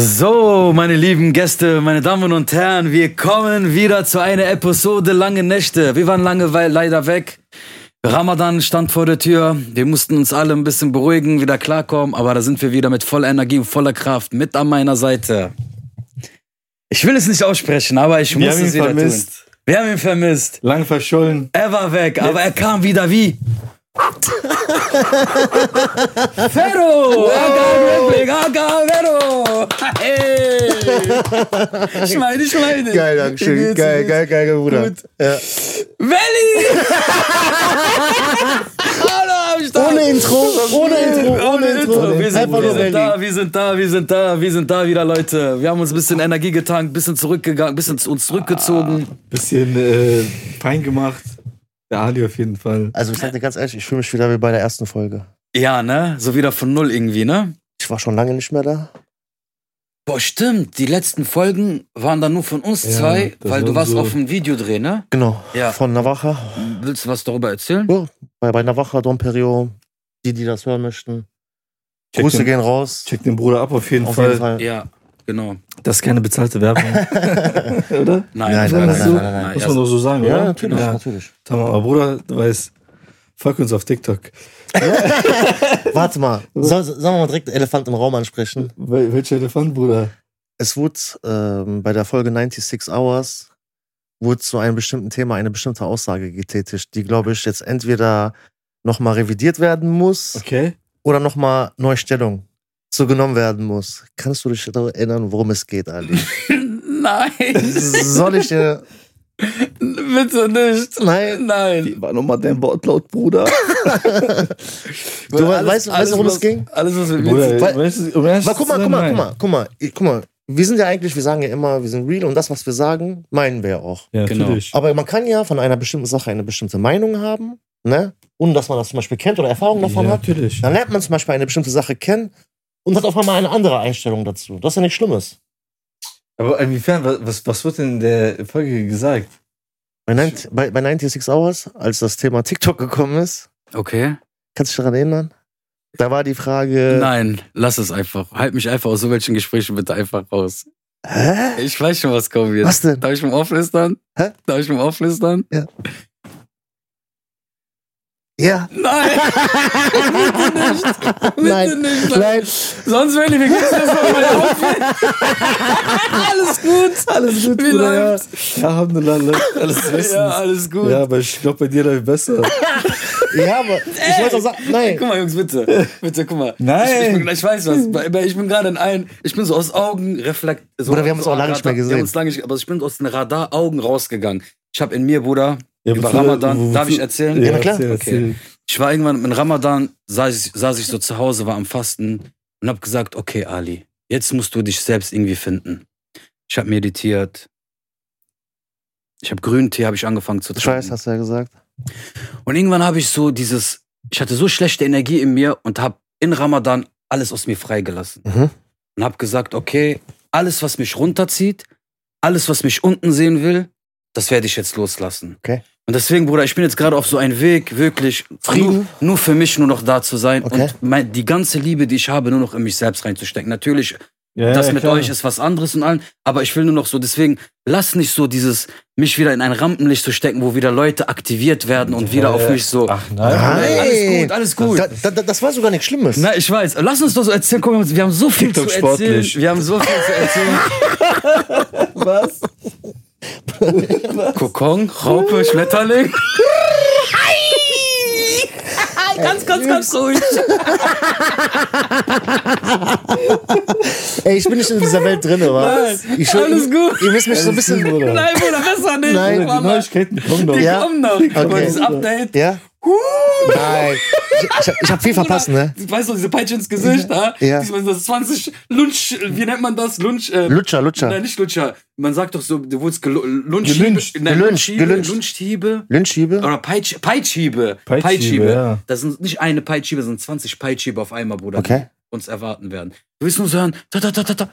So, meine lieben Gäste, meine Damen und Herren, wir kommen wieder zu einer Episode Lange Nächte. Wir waren lange wei- leider weg. Ramadan stand vor der Tür. Wir mussten uns alle ein bisschen beruhigen, wieder klarkommen, aber da sind wir wieder mit voller Energie und voller Kraft mit an meiner Seite. Ich will es nicht aussprechen, aber ich Wir muss haben es ihn wieder vermisst. tun. Wir haben ihn vermisst. Lang verschollen. Er war weg, aber er kam wieder wie. Ferro! Aga Rappling, Aga Ferro! Hey! Schmeide, schmeide! Geil, Dankeschön. Geil, geil, geil, geil, Bruder. Ja. Welli! Hallo am Start! Ohne Intro, ohne Intro, ohne Intro. Wir sind, Einfach wir nur sind Berlin. da, wir sind da, wir sind da, wir sind da wieder, Leute. Wir haben uns ein bisschen Energie getankt, ein bisschen zurückgegangen, ein bisschen zu uns zurückgezogen. Bisschen äh, fein gemacht. Der Ali auf jeden Fall. Also ich sag dir ganz ehrlich, ich fühle mich wieder wie bei der ersten Folge. Ja, ne? So wieder von Null irgendwie, ne? Ich war schon lange nicht mehr da. Boah, stimmt. Die letzten Folgen waren dann nur von uns Ja, zwei, das weil du waren warst so- auf dem Videodreh, ne? Genau. Ja. Von Navaja. Willst du was darüber erzählen? Ja, bei, bei Navaja, Don Perio, die, die das hören möchten. Check Grüße den, gehen raus. check den Bruder ab auf jeden, Auf Fall. jeden Fall. Ja, genau. Das ist keine bezahlte Werbung, oder? Nein, Nein, war nein, das nein, so? nein, nein, nein. Muss man erst- doch so sagen, oder? Ja, natürlich, Ja. natürlich. Sag mal, aber Bruder, du weißt, fuck uns auf TikTok. Warte mal, soll, sollen wir mal direkt den Elefant im Raum ansprechen? Wel welcher Elefant, Bruder? Es wurde ähm, bei der Folge 96 Hours wurde zu einem bestimmten Thema eine bestimmte Aussage getätigt, die, glaube ich, jetzt entweder nochmal revidiert werden muss Okay. oder nochmal neu Stellung zu genommen werden muss. Kannst du dich daran erinnern, worum es geht, Ali? nein, Soll ich dir... bitte nicht. Nein. Nein. war nochmal dein Wortlaut, Bruder? Du weißt, weißt du, worum es was- ging? Alles, was wir Bruder, wissen. Weil- weißt du, um ehrlich Mal, guck mal, zu sein, guck mal, guck nein. mal, guck mal, ich- guck mal. Wir sind ja eigentlich, wir sagen ja immer, wir sind real und das, was wir sagen, meinen wir ja auch. Ja, Genau. natürlich. Aber man kann ja von einer bestimmten Sache eine bestimmte Meinung haben, ne? Ohne dass man das zum Beispiel kennt oder Erfahrung davon ja, hat. natürlich. Dann lernt man zum Beispiel eine bestimmte Sache kennen und hat auf einmal eine andere Einstellung dazu. Das ist ja nichts Schlimmes. Aber inwiefern, wa- was, was wird denn in der Folge gesagt? Bei, 90, bei, bei 96 Hours, als das Thema TikTok gekommen ist, Okay. kannst du dich daran erinnern? Da war die Frage. Nein, lass es einfach. Halt mich einfach aus so welchen Gesprächen bitte einfach raus. Hä? Ich weiß schon, was kommen wird. Was denn? Darf ich mal auflistern? Hä? Darf ich mal auflistern? Ja. Nein! bitte nicht! Bitte Nein. nicht! Nein. Sonst wenn ich mir gibt's das nochmal Alles gut. Alles gut, Wie Bruder. läuft's? Ja, ja Alhamdulillah, läuft alles bestens. Ja, alles gut. Ja, aber ich glaube, bei dir läuft besser. Ja, aber ich wollte doch sagen, nein. Guck mal, Jungs, bitte. Bitte, guck mal. Nein. Ich, ich, bin, ich weiß was. Ich bin gerade in allen. Ich bin so aus Augen reflekt. So, Bruder, wir haben uns so auch lange Radar- nicht mehr Wir gesehen. haben uns lange nicht, aber ich bin aus den Radar-Augen rausgegangen. Ich habe in mir, Bruder, Ja, über wozu- Ramadan, wozu- darf ich erzählen? na klar. Okay. erzähl, erzähl. Ich war irgendwann in Ramadan, saß ich, saß ich so zu Hause, war am Fasten und habe gesagt, okay, Ali, jetzt musst du dich selbst irgendwie finden. Ich habe meditiert. Ich habe Grüntee, habe ich angefangen zu trinken. Scheiß, hast du ja gesagt. Und irgendwann habe ich so dieses, ich hatte so schlechte Energie in mir und habe in Ramadan alles aus mir freigelassen. Mhm. Und habe gesagt, okay, alles, was mich runterzieht, alles, was mich unten sehen will, das werde ich jetzt loslassen. Okay. Und deswegen, Bruder, ich bin jetzt gerade auf so einem Weg, wirklich Frieden? Nur, nur für mich nur noch da zu sein Okay. und mein, die ganze Liebe, die ich habe, nur noch in mich selbst reinzustecken. Natürlich Ja, das ja, mit klar. euch ist was anderes und allen, aber ich will nur noch so, deswegen lass nicht so dieses, mich wieder in ein Rampenlicht zu stecken, wo wieder Leute aktiviert werden und wieder auf mich so. Ach nein. Nein. Alles gut, alles gut. Da, da, da- das war sogar nichts Schlimmes. Na, ich weiß. Lass uns doch so erzählen. Guck mal, wir haben so viel TikTok zu erzählen. sportlich. Wir haben so viel zu erzählen. Was? Kokon, Raupe, Schmetterling. Hi! Ganz, ganz, ganz ruhig. Ey, ich bin nicht in dieser Welt drin, wa? Nein, Ich, alles gut. Ihr müsst mich so ein bisschen. Bruder. Nein, Bruder, besser nicht. Nein, Die Mama. Neuigkeiten kommen doch. Die Ja. kommen noch. Aber Okay. dieses Update. Ja? Nein. Ich, ich, ich hab viel verpasst, ne? Weißt du, diese Peitsche ins Gesicht, ne? ja? Ja. Diesmal sind das 20 Lunch, wie nennt man das? Lunch, äh, Lutscher, Lutscher. Nein, nicht Lutscher. Man sagt doch so, du wurdest gelu- Lunchhiebe- Gelünscht. Nein, Gelünscht, Lunchhiebe, gelünscht. Lunchhiebe. Lynchhiebe? Oder Peitsch, Peitschiebe. Peitschiebe, ja. Das sind nicht eine Peitschiebe, das sind 20 Peitschiebe auf einmal, Bruder, Okay. die uns erwarten werden. Du willst nur so hören, ta, ta, ta, ta, ta.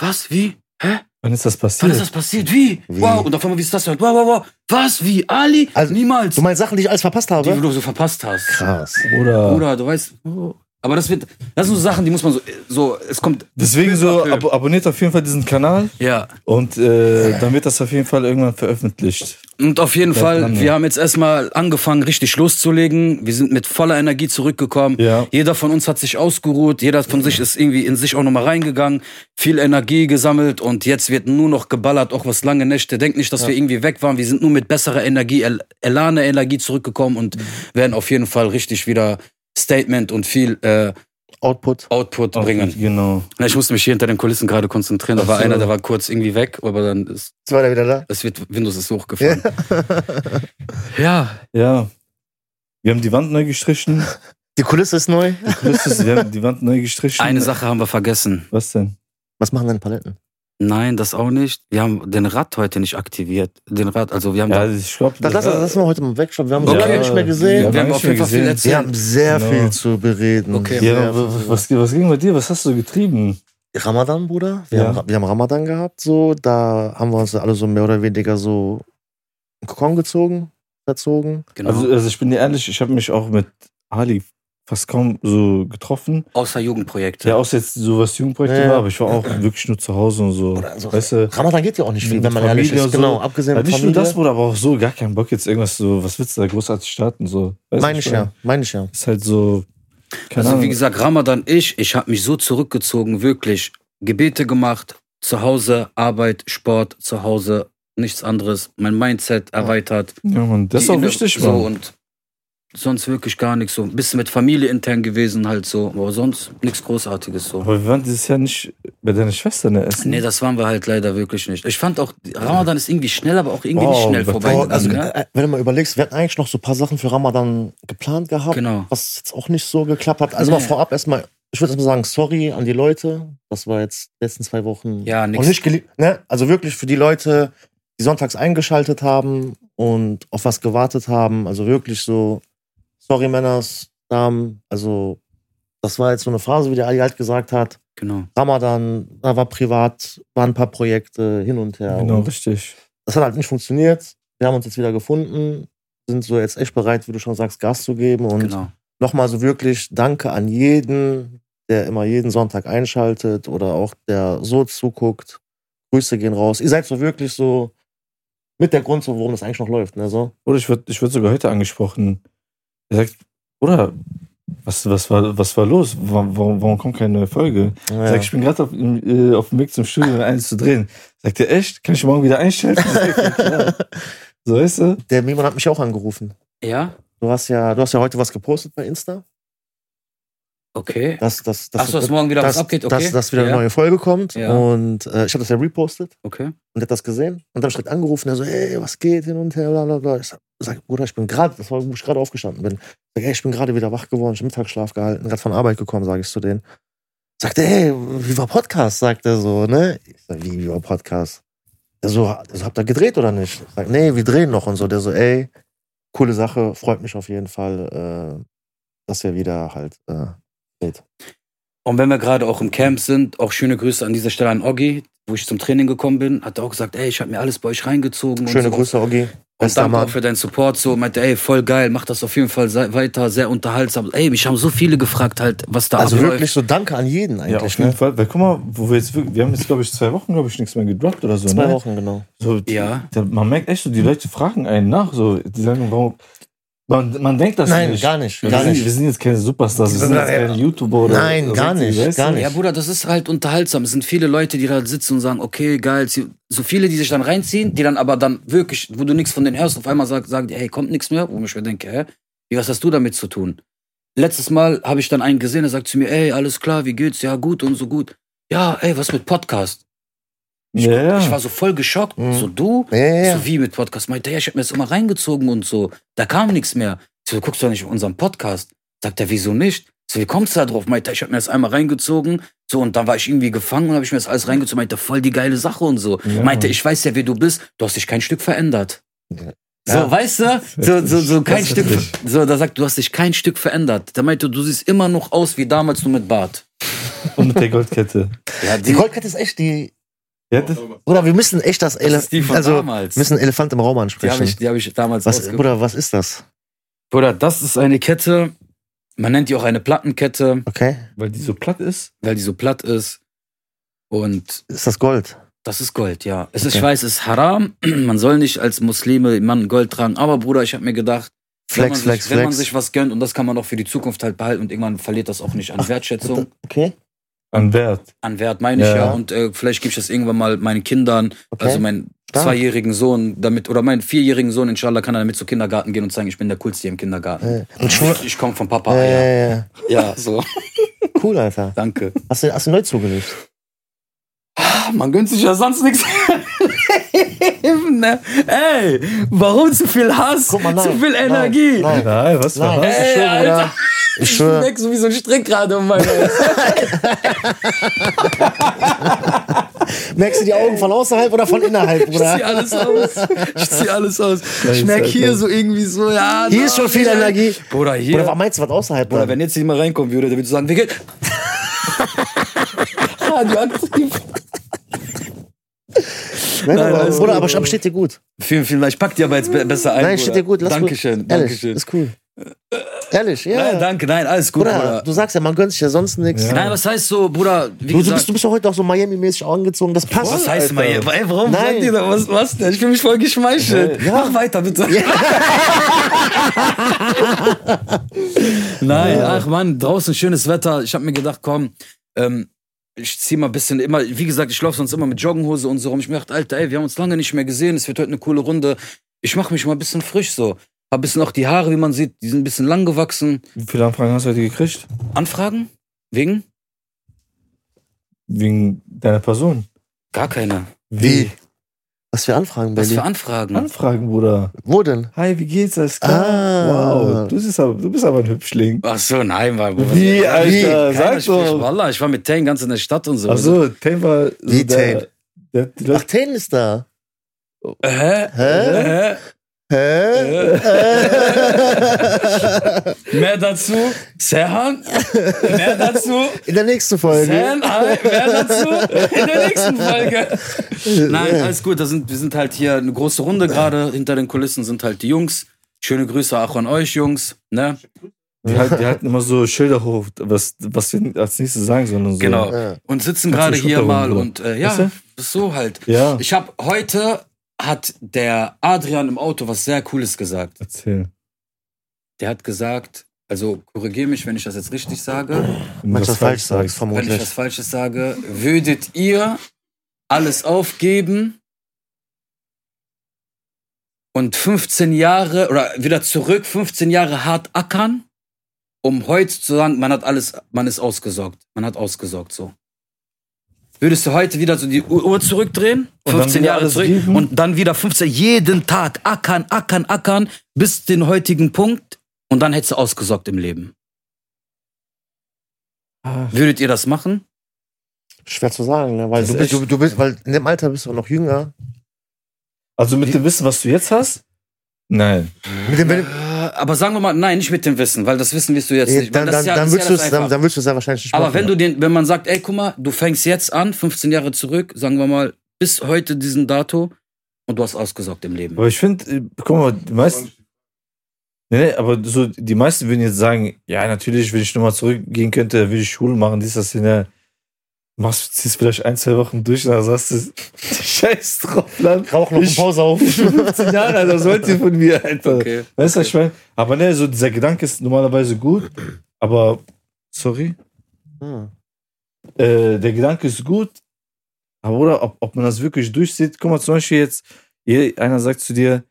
Was? Wie? Hä? Wann ist das Wann passiert? ist das passiert? Wie? Wie? Wow. Und auf einmal, wie ist das? Wow, wow, wow. Was? Wie? Ali? Also, Niemals. Du meinst Sachen, die ich alles verpasst Die habe? du so verpasst hast. Krass. Bruder. Bruder, du weißt, oh, Aber das wird, das sind so Sachen, die muss man so, so es kommt, Deswegen so, Film. ab abonniert auf jeden Fall diesen Kanal ja. und äh, dann wird das auf jeden Fall irgendwann veröffentlicht. Und auf jeden Fall, lange. wir haben jetzt erstmal angefangen, richtig loszulegen. Wir sind mit voller Energie zurückgekommen. Ja. Jeder von uns hat sich ausgeruht, jeder von sich ist irgendwie in sich auch nochmal reingegangen, viel Energie gesammelt und jetzt wird nur noch geballert, auch was lange Nächte. Denkt nicht, dass wir irgendwie weg waren. Wir sind nur mit besserer Energie, El Elane Energie zurückgekommen und werden auf jeden Fall richtig wieder Statement und viel äh, Output. Output bringen. Genau. Na, Ich musste mich hier hinter den Kulissen gerade konzentrieren. Da Ach war so. einer, der war kurz irgendwie weg, aber dann ist, Jetzt war der wieder da. es wird, Windows ist hochgefahren. ja. Ja. Wir haben die Wand neu gestrichen. Die Kulisse ist neu. Christus, wir haben die Wand neu gestrichen. Eine Sache haben wir vergessen. Was denn? Was machen deine Paletten? Nein, das auch nicht. Wir haben den Rad heute nicht aktiviert. Den Rad, also wir haben Ja, da, ich glaube, Das lassen das lassen wir heute mal weg. schon. Wir haben uns Okay. lange nicht mehr gesehen. Ja, Wir haben Wir auf jeden Fall viel gesehen. erzählt. Wir haben sehr Genau. viel zu bereden. Okay. Sehr Ja, viel. was, was, was ging bei dir? Was hast du getrieben? Ramadan, Bruder. Wir, Ja. haben, wir haben Ramadan gehabt, so. Da haben wir uns alle so mehr oder weniger so in den Kokon gezogen, verzogen. genau. Also, also ich bin dir ehrlich, ich habe mich auch mit Ali fast kaum so getroffen. außer Jugendprojekte. Ja, außer jetzt so was Jugendprojekte Ja. war, aber ich war auch wirklich nur zu Hause und so. Oder so. Weißt du? Ramadan geht ja auch nicht viel, Mit wenn man Familie ehrlich ist. und so. Genau, abgesehen Ja, von nicht nur Familie. das, Bruder, aber auch so gar keinen Bock jetzt irgendwas so, was willst du da großartig starten? So. Weißt meine du, ich ja, meine ich ja. Ist halt so, keine also Ahnung. wie gesagt, Ramadan, ich, ich habe mich so zurückgezogen, wirklich. Gebete gemacht, zu Hause, Arbeit, Sport, zu Hause, nichts anderes. Mein Mindset erweitert. ja, Mann, das ist Die auch inner- wichtig, So Mann. und sonst wirklich gar nichts so. Ein bisschen mit Familie intern gewesen halt so, aber sonst nichts Großartiges so. Aber wir waren dieses Jahr nicht bei deiner Schwester ne essen. Nee, das waren wir halt leider wirklich nicht. Ich fand auch, Ramadan ist irgendwie schnell, aber auch irgendwie Wow, nicht schnell übertrieben. vorbei. Boah, also, ne? äh, wenn du mal überlegst, wir hatten eigentlich noch so ein paar Sachen für Ramadan geplant gehabt, Genau. was jetzt auch nicht so geklappt hat. Also mal Nee. vorab erstmal, ich würde erstmal sagen, sorry an die Leute. Das war jetzt die letzten zwei Wochen Ja, nix. auch nicht geliebt. Ne? Also wirklich für die Leute, die sonntags eingeschaltet haben und auf was gewartet haben. Also wirklich so, sorry Männers, Damen. Also das war jetzt so eine Phrase, wie der Ali halt gesagt hat. Genau. Ramadan, da war privat, waren ein paar Projekte hin und her. Genau, Und richtig. das hat halt nicht funktioniert. Wir haben uns jetzt wieder gefunden, sind so jetzt echt bereit, wie du schon sagst, Gas zu geben. Und genau. nochmal so wirklich Danke an jeden, der immer jeden Sonntag einschaltet oder auch der so zuguckt. Grüße gehen raus. Ihr seid so wirklich so mit der Grund, so, warum das eigentlich noch läuft. Ne? So. Oder ich wird ich werd sogar heute angesprochen. Er sagt, oder was, was, war, was war los? Warum, warum, warum kommt keine neue Folge? Ja. Sag, ich bin gerade auf, dem, äh, auf dem Weg zum Studio, um eins zu drehen. Sagt er, echt? Kann ich morgen wieder einschalten? Sag ich, "Ja." so weißt du? Der Mimon hat mich auch angerufen. Ja? Du hast ja, du hast ja heute was gepostet bei Insta. Okay. Dass, dass, dass, Achso, dass morgen wieder dass, was abgeht, okay. dass, dass wieder ja. eine neue Folge kommt. Ja. Und äh, ich habe das ja repostet. Okay. Und der hat das gesehen und dann direkt angerufen. Er so, ey, was geht hin und her, bla bla bla. Ich sag, sag, Bruder, ich bin gerade, das war, wo ich gerade aufgestanden bin. Ich sag, ey, ich bin gerade wieder wach geworden, ich hab Mittagsschlaf gehalten, gerade von Arbeit gekommen, sage ich zu denen. Sagt er, ey, wie war Podcast? Sagt er so, ne? Ich sag, wie, wie war Podcast? Der so, "Ha- also, habt ihr gedreht oder nicht? Ich sag, nee, wir drehen noch und so. Der so, ey, coole Sache, freut mich auf jeden Fall, äh, dass ihr wieder halt, äh, Und wenn wir gerade auch im Camp sind, auch schöne Grüße an dieser Stelle an Oggi, wo ich zum Training gekommen bin, hat er auch gesagt, ey, ich habe mir alles bei euch reingezogen. schöne und so. Grüße, Oggi. Und Bester danke Mann. auch für deinen Support. So meinte, ey, voll geil, mach das auf jeden Fall se- weiter, sehr unterhaltsam. Ey, mich haben so viele gefragt halt, was da Also abläuft. wirklich so Danke an jeden Ja, auf eigentlich, jeden ne? Fall. Weil guck mal, wo wir jetzt wirklich, wir haben jetzt, glaube ich, zwei Wochen, glaube ich, nichts mehr gedroppt oder so. Zwei ne? Wochen, genau. So, Ja. da, man merkt echt so, die Leute fragen einen nach. So, die sagen, warum. Man, man denkt das Nein, nicht. gar nicht, Wir gar sind- nicht. Wir sind jetzt keine Superstars, wir sind jetzt keine YouTuber oder Nein, gar sonst wie, nicht, weißt du? gar nicht. Ja, Bruder, das ist halt unterhaltsam. Es sind viele Leute, die da sitzen und sagen, okay, geil. sie- So viele, die sich dann reinziehen, die dann aber dann wirklich, wo du nichts von denen hörst, auf einmal sag, sagen, die, hey, kommt nichts mehr, wo ich mir denke, hä? Wie, was hast du damit zu tun? Letztes Mal habe ich dann einen gesehen, der sagt zu mir, ey, alles klar, wie geht's? Ja, gut und so gut. Ja, ey, was mit Podcast? Ja, ja. Ich war so voll geschockt. Mhm. So du? Ja, ja, ja. So wie mit Podcast? Meinte, ja, ich hab mir das immer reingezogen und so. Da kam nichts mehr. Ich so, du guckst doch nicht unseren Podcast. Sagt er, wieso nicht? So, wie kommst du da drauf? Meinte, ich hab mir das einmal reingezogen. So, und dann war ich irgendwie gefangen und habe ich mir das alles reingezogen. Meinte, voll die geile Sache und so. Ja. Meinte, ich weiß ja, wer du bist. Du hast dich kein Stück verändert. Ja. So, Ja. weißt du? So, so, so kein Das Stück. ist richtig. So, da sagt, du hast dich kein Stück verändert. Da meinte, du siehst immer noch aus wie damals nur mit Bart. Und mit der Goldkette. Ja, Die Goldkette ist echt die. Ja, das, Oder wir müssen echt das, das Elef ist die von also, damals. wir müssen Elefant im Raum Die habe ansprechen. ich, die hab ich damals Was, ausge- Bruder, was ist das? Bruder, das ist eine Kette, Man nennt die auch eine Plattenkette, Okay. Weil die so platt ist. weil die so platt ist. Und Ist das Gold? das ist Gold, ja. Es ist, Okay. ich weiß, es ist haram. Man soll nicht als Muslime Mann Gold tragen. Aber Bruder, ich habe mir gedacht, wenn, man Flex, sich, Flex, wenn man Flex. sich was gönnt und das kann man auch für die Zukunft halt behalten und irgendwann verliert das auch nicht an Wertschätzung. Okay. An Wert. an Wert, meine ich Ja. ja. Und äh, vielleicht gebe ich das irgendwann mal meinen Kindern, Okay. also meinen Stark. zweijährigen Sohn damit, oder meinen vierjährigen Sohn, inshallah, kann er damit zum Kindergarten gehen und sagen, ich bin der Coolste hier im Kindergarten. Äh, und Schuhe. Ich komme von Papa. Ah, ja. Äh, ja, so. Cool, Alter. Danke. Hast du, hast du neu zugelegt? Man gönnt sich ja sonst nichts. ne? Ey, warum zu viel Hass, Guck mal, nein. zu viel Nein, Energie? Nein. Nein, was Nein, war ich Ey, schwöre, Alter. Bruder. Ich Ich schwöre. schmeck so wie so ein Strick gerade um meine. Merkst du die Augen von außerhalb oder von innerhalb, Ich zieh Bruder? alles aus. Ich zieh alles aus. Ich Scheiße, merk hier Alter. so irgendwie so, ja. Hier ist schon viel nein. Energie. Bruder, hier. Oder meinst du was außerhalb, Oder Bruder? wenn jetzt jemand reinkommen würde, der würde sagen, wir gehen. Radioaktiv. Nein, Nein, Bruder, alles Bruder, gut, aber aber steht dir gut. Vielen, vielen Dank. Ich pack dir aber jetzt be besser ein. Nein, steht dir gut. Lass gut. Dankeschön, Ehrlich, Dankeschön. Äh, ist cool. Ehrlich, ja. Nein, danke, nein, alles gut, Bruder, Bruder. du sagst ja, man gönnt sich ja sonst nichts. Ja. Nein, was heißt so, Bruder? Wie Du, du, gesagt, bist, du bist doch heute auch so Miami-mäßig angezogen, das passt. was heißt mal hier? Ey, warum Nein. sagt ihr da was, was denn? Ich fühle mich voll geschmeichelt. Ja. Mach weiter, bitte. nein, ach Mann, draußen schönes Wetter. Ich habe mir gedacht, komm, ähm, ich zieh mal ein bisschen immer, wie gesagt, ich laufe sonst immer mit Joggenhose und so rum. Ich mir gedacht, Alter, ey, wir haben uns lange nicht mehr gesehen. Es wird heute eine coole Runde. Ich mache mich mal ein bisschen frisch so. Hab ein bisschen auch die Haare, wie man sieht, die sind ein bisschen lang gewachsen. Wie viele Anfragen hast du heute gekriegt? Anfragen? Wegen? Wegen deiner Person. Gar keine. Wie? Was für Anfragen, Was Berlin? für Anfragen? Anfragen, Bruder. Wo denn? Hi, wie geht's? Alles klar? Ah. Wow, du bist, aber, du bist aber ein Hübschling. Ach so, nein, war Wie, Keiner Alter? Sag spricht, doch. Wallah, ich war mit Tane ganz in der Stadt und so. Achso, Tane Also, war. So Wie Tane? der, der, die Ach, Leute, Ten ist da. Äh, Hä? Hä? Hä? Hä? Mehr dazu? Serhan? Mehr dazu? In der nächsten Folge. Serhan? Mehr dazu? In der nächsten Folge. Nein, also- alles gut. Das sind, wir sind halt hier eine große Runde gerade. Hinter den Kulissen sind halt die Jungs. Schöne Grüße auch an euch, Jungs. Ne? die, halt- die halten immer so Schilder hoch, was, was wir als nächstes sagen sollen und so. Genau. Ja. Und sitzen Kannst du gerade Schritt hier darunter, mal Bruder? und äh, ja, Weißt du? ist so halt. Ja, Ich habe heute hat der Adrian im Auto was sehr Cooles gesagt. erzähl. Der hat gesagt, also korrigiere mich, wenn ich das jetzt richtig sage, Wenn Wenn du das falsch sagst, wenn ich das vermutlich. Falsches sage, würdet ihr alles aufgeben und 15 Jahre oder wieder zurück 15 Jahre hart ackern, um heute zu sagen, man hat alles, man ist ausgesorgt, man hat ausgesorgt so. Würdest du heute wieder so die Uhr Uhr zurückdrehen? Und dann 15 wieder Jahre alles zurück geben? und dann wieder 15, jeden Tag ackern, ackern, ackern bis den heutigen Punkt und dann hättest du ausgesorgt im Leben. Ah, Würdet ihr das machen? Schwer zu sagen, ne? weil Das du ist bist, echt- du, du bist, weil in dem Alter bist du auch noch jünger. Also mit dem Wissen, was du jetzt hast? Nein. Mit dem, wenn, Äh, Aber sagen wir mal, nein, nicht mit dem Wissen, weil das Wissen wirst du jetzt Ja, nicht. weil dann, das dann, ist ja- dann, das ist willst ja du das es, dann, Einfache. dann willst du es ja wahrscheinlich nicht Aber machen. wenn du den, wenn man sagt, ey, guck mal, du fängst jetzt an, 15 Jahre zurück, sagen wir mal, bis heute diesen Dato und du hast ausgesorgt im Leben. Aber ich finde, guck mal, die meisten. Nee, nee, aber so, die meisten würden jetzt sagen, ja, natürlich, wenn ich nochmal zurückgehen könnte, würde ich Schule machen, dies, das, jenes. Machst du ziehst vielleicht ein, zwei Wochen durch, dann sagst du, scheiß drauf, Land. Rauch noch eine Ich- Pause auf. 15 Jahre, Alter, was wollt ihr von mir, Alter? Okay. Weißt du, was ich meine? Aber ne, so dieser Gedanke ist normalerweise gut, aber, sorry, Hm. äh, der Gedanke ist gut, aber oder ob, ob man das wirklich durchzieht. Guck mal, zum Beispiel jetzt, je- einer sagt zu dir,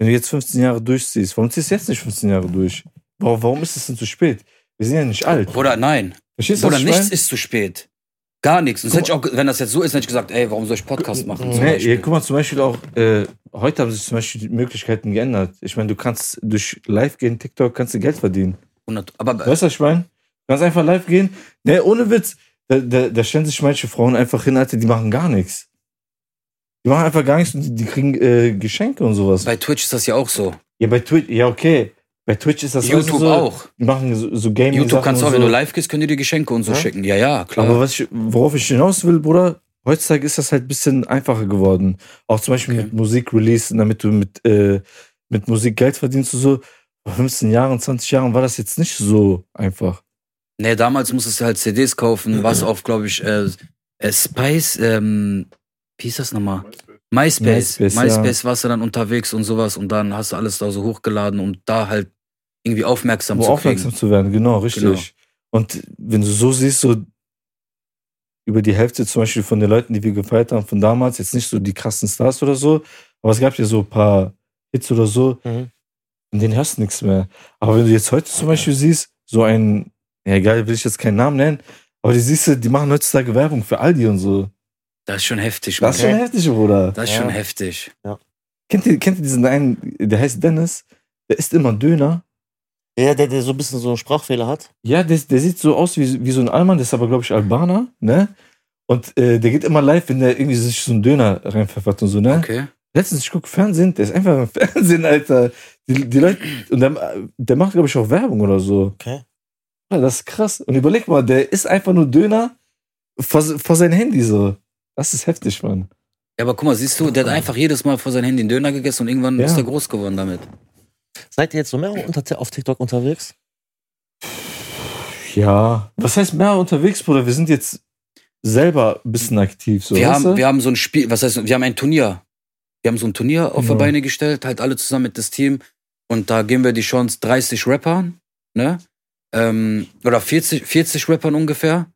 wenn du jetzt 15 Jahre durchziehst, warum ziehst du jetzt nicht 15 Jahre durch? Warum, warum ist es denn zu spät? Wir sind ja nicht alt. Bruder, nein. Verstehst du, Bruder, was ich nichts meine? ist zu spät. Gar nichts. Und das Guck hätte ich auch, ge- wenn das jetzt so ist, hätte ich gesagt, ey, warum soll ich Podcast machen? zum Nee, Beispiel? ja, guck mal, zum Beispiel auch, äh, heute haben sich zum Beispiel die Möglichkeiten geändert. Ich meine, du kannst durch Live gehen, TikTok, kannst du Geld verdienen. 100 aber Weißt du, was ich meine? Ganz einfach live gehen. Ne, ohne Witz. Da, da, da stellen sich manche Frauen einfach hin, Alter, die machen gar nichts. Die machen einfach gar nichts und die, die kriegen äh, Geschenke und sowas. bei Twitch ist das ja auch so. ja, bei Twitch, ja, okay. Bei Twitch ist das YouTube also so, auch. Die machen so, so gaming YouTube kannst du auch, so. wenn du live gehst, können die dir Geschenke und so Ja? schicken. Ja, ja, klar. Aber was ich, worauf ich hinaus will, Bruder, heutzutage ist das halt ein bisschen einfacher geworden. Auch zum Beispiel Okay. mit Musik releasen, damit du mit, äh, mit Musik Geld verdienst und so. Vor 15 Jahren, 20 Jahren war das jetzt nicht so einfach. Nee, damals musstest du halt CDs kaufen, was auf, glaube ich, äh, äh, Spice, ähm, wie hieß das nochmal? MySpace. MySpace, MySpace, ja. warst du dann unterwegs und sowas und dann hast du alles da so hochgeladen, um da halt irgendwie aufmerksam um zu aufmerksam kriegen. zu werden, genau, richtig. Genau. Und wenn du so siehst, so über die Hälfte zum Beispiel von den Leuten, die wir gefeiert haben von damals, jetzt nicht so die krassen Stars oder so, aber es gab ja so ein paar Hits oder so, Mhm. in denen hörst du nichts mehr. Aber wenn du jetzt heute zum Beispiel siehst, so ein, ja egal, will ich jetzt keinen Namen nennen, aber die siehst du, die machen heutzutage Werbung für Aldi und so. Das ist schon heftig, Mann. Das ist schon heftig, Bruder. Das ist schon Ja. heftig. Kennt ihr, kennt ihr diesen einen, der heißt Dennis, der isst immer Döner Ja, der, der so ein bisschen so einen Sprachfehler hat. Ja, der, der sieht so aus wie, wie so ein Allmann, der ist aber, glaube ich, Albaner, ne? Und äh, der geht immer live, wenn der irgendwie sich so einen Döner reinpfeffert und so, ne? Okay. Letztens, ich gucke Fernsehen, der ist einfach im Fernsehen, Alter. Die, die Leute, und der, der macht, glaube ich, auch Werbung oder so. Okay. Ja, das ist krass. Und überleg mal, der ist einfach nur Döner vor, vor sein Handy so. Das ist heftig, Mann. Ja, aber guck mal, siehst du, der hat einfach jedes Mal vor sein Handy einen Döner gegessen und irgendwann Ja. ist er groß geworden damit. Seid ihr jetzt so mehr unter, auf TikTok unterwegs? Ja. Was heißt mehr unterwegs, Bruder? Wir sind jetzt selber ein bisschen aktiv, so. wir, weißt haben, du? wir haben so ein Spiel, was heißt, wir haben ein Turnier. Wir haben so ein Turnier auf Genau. die Beine gestellt, halt alle zusammen mit das Team. Und da geben wir die Chance 30 Rappern, ne? Ähm, oder 40, 40 Rappern ungefähr.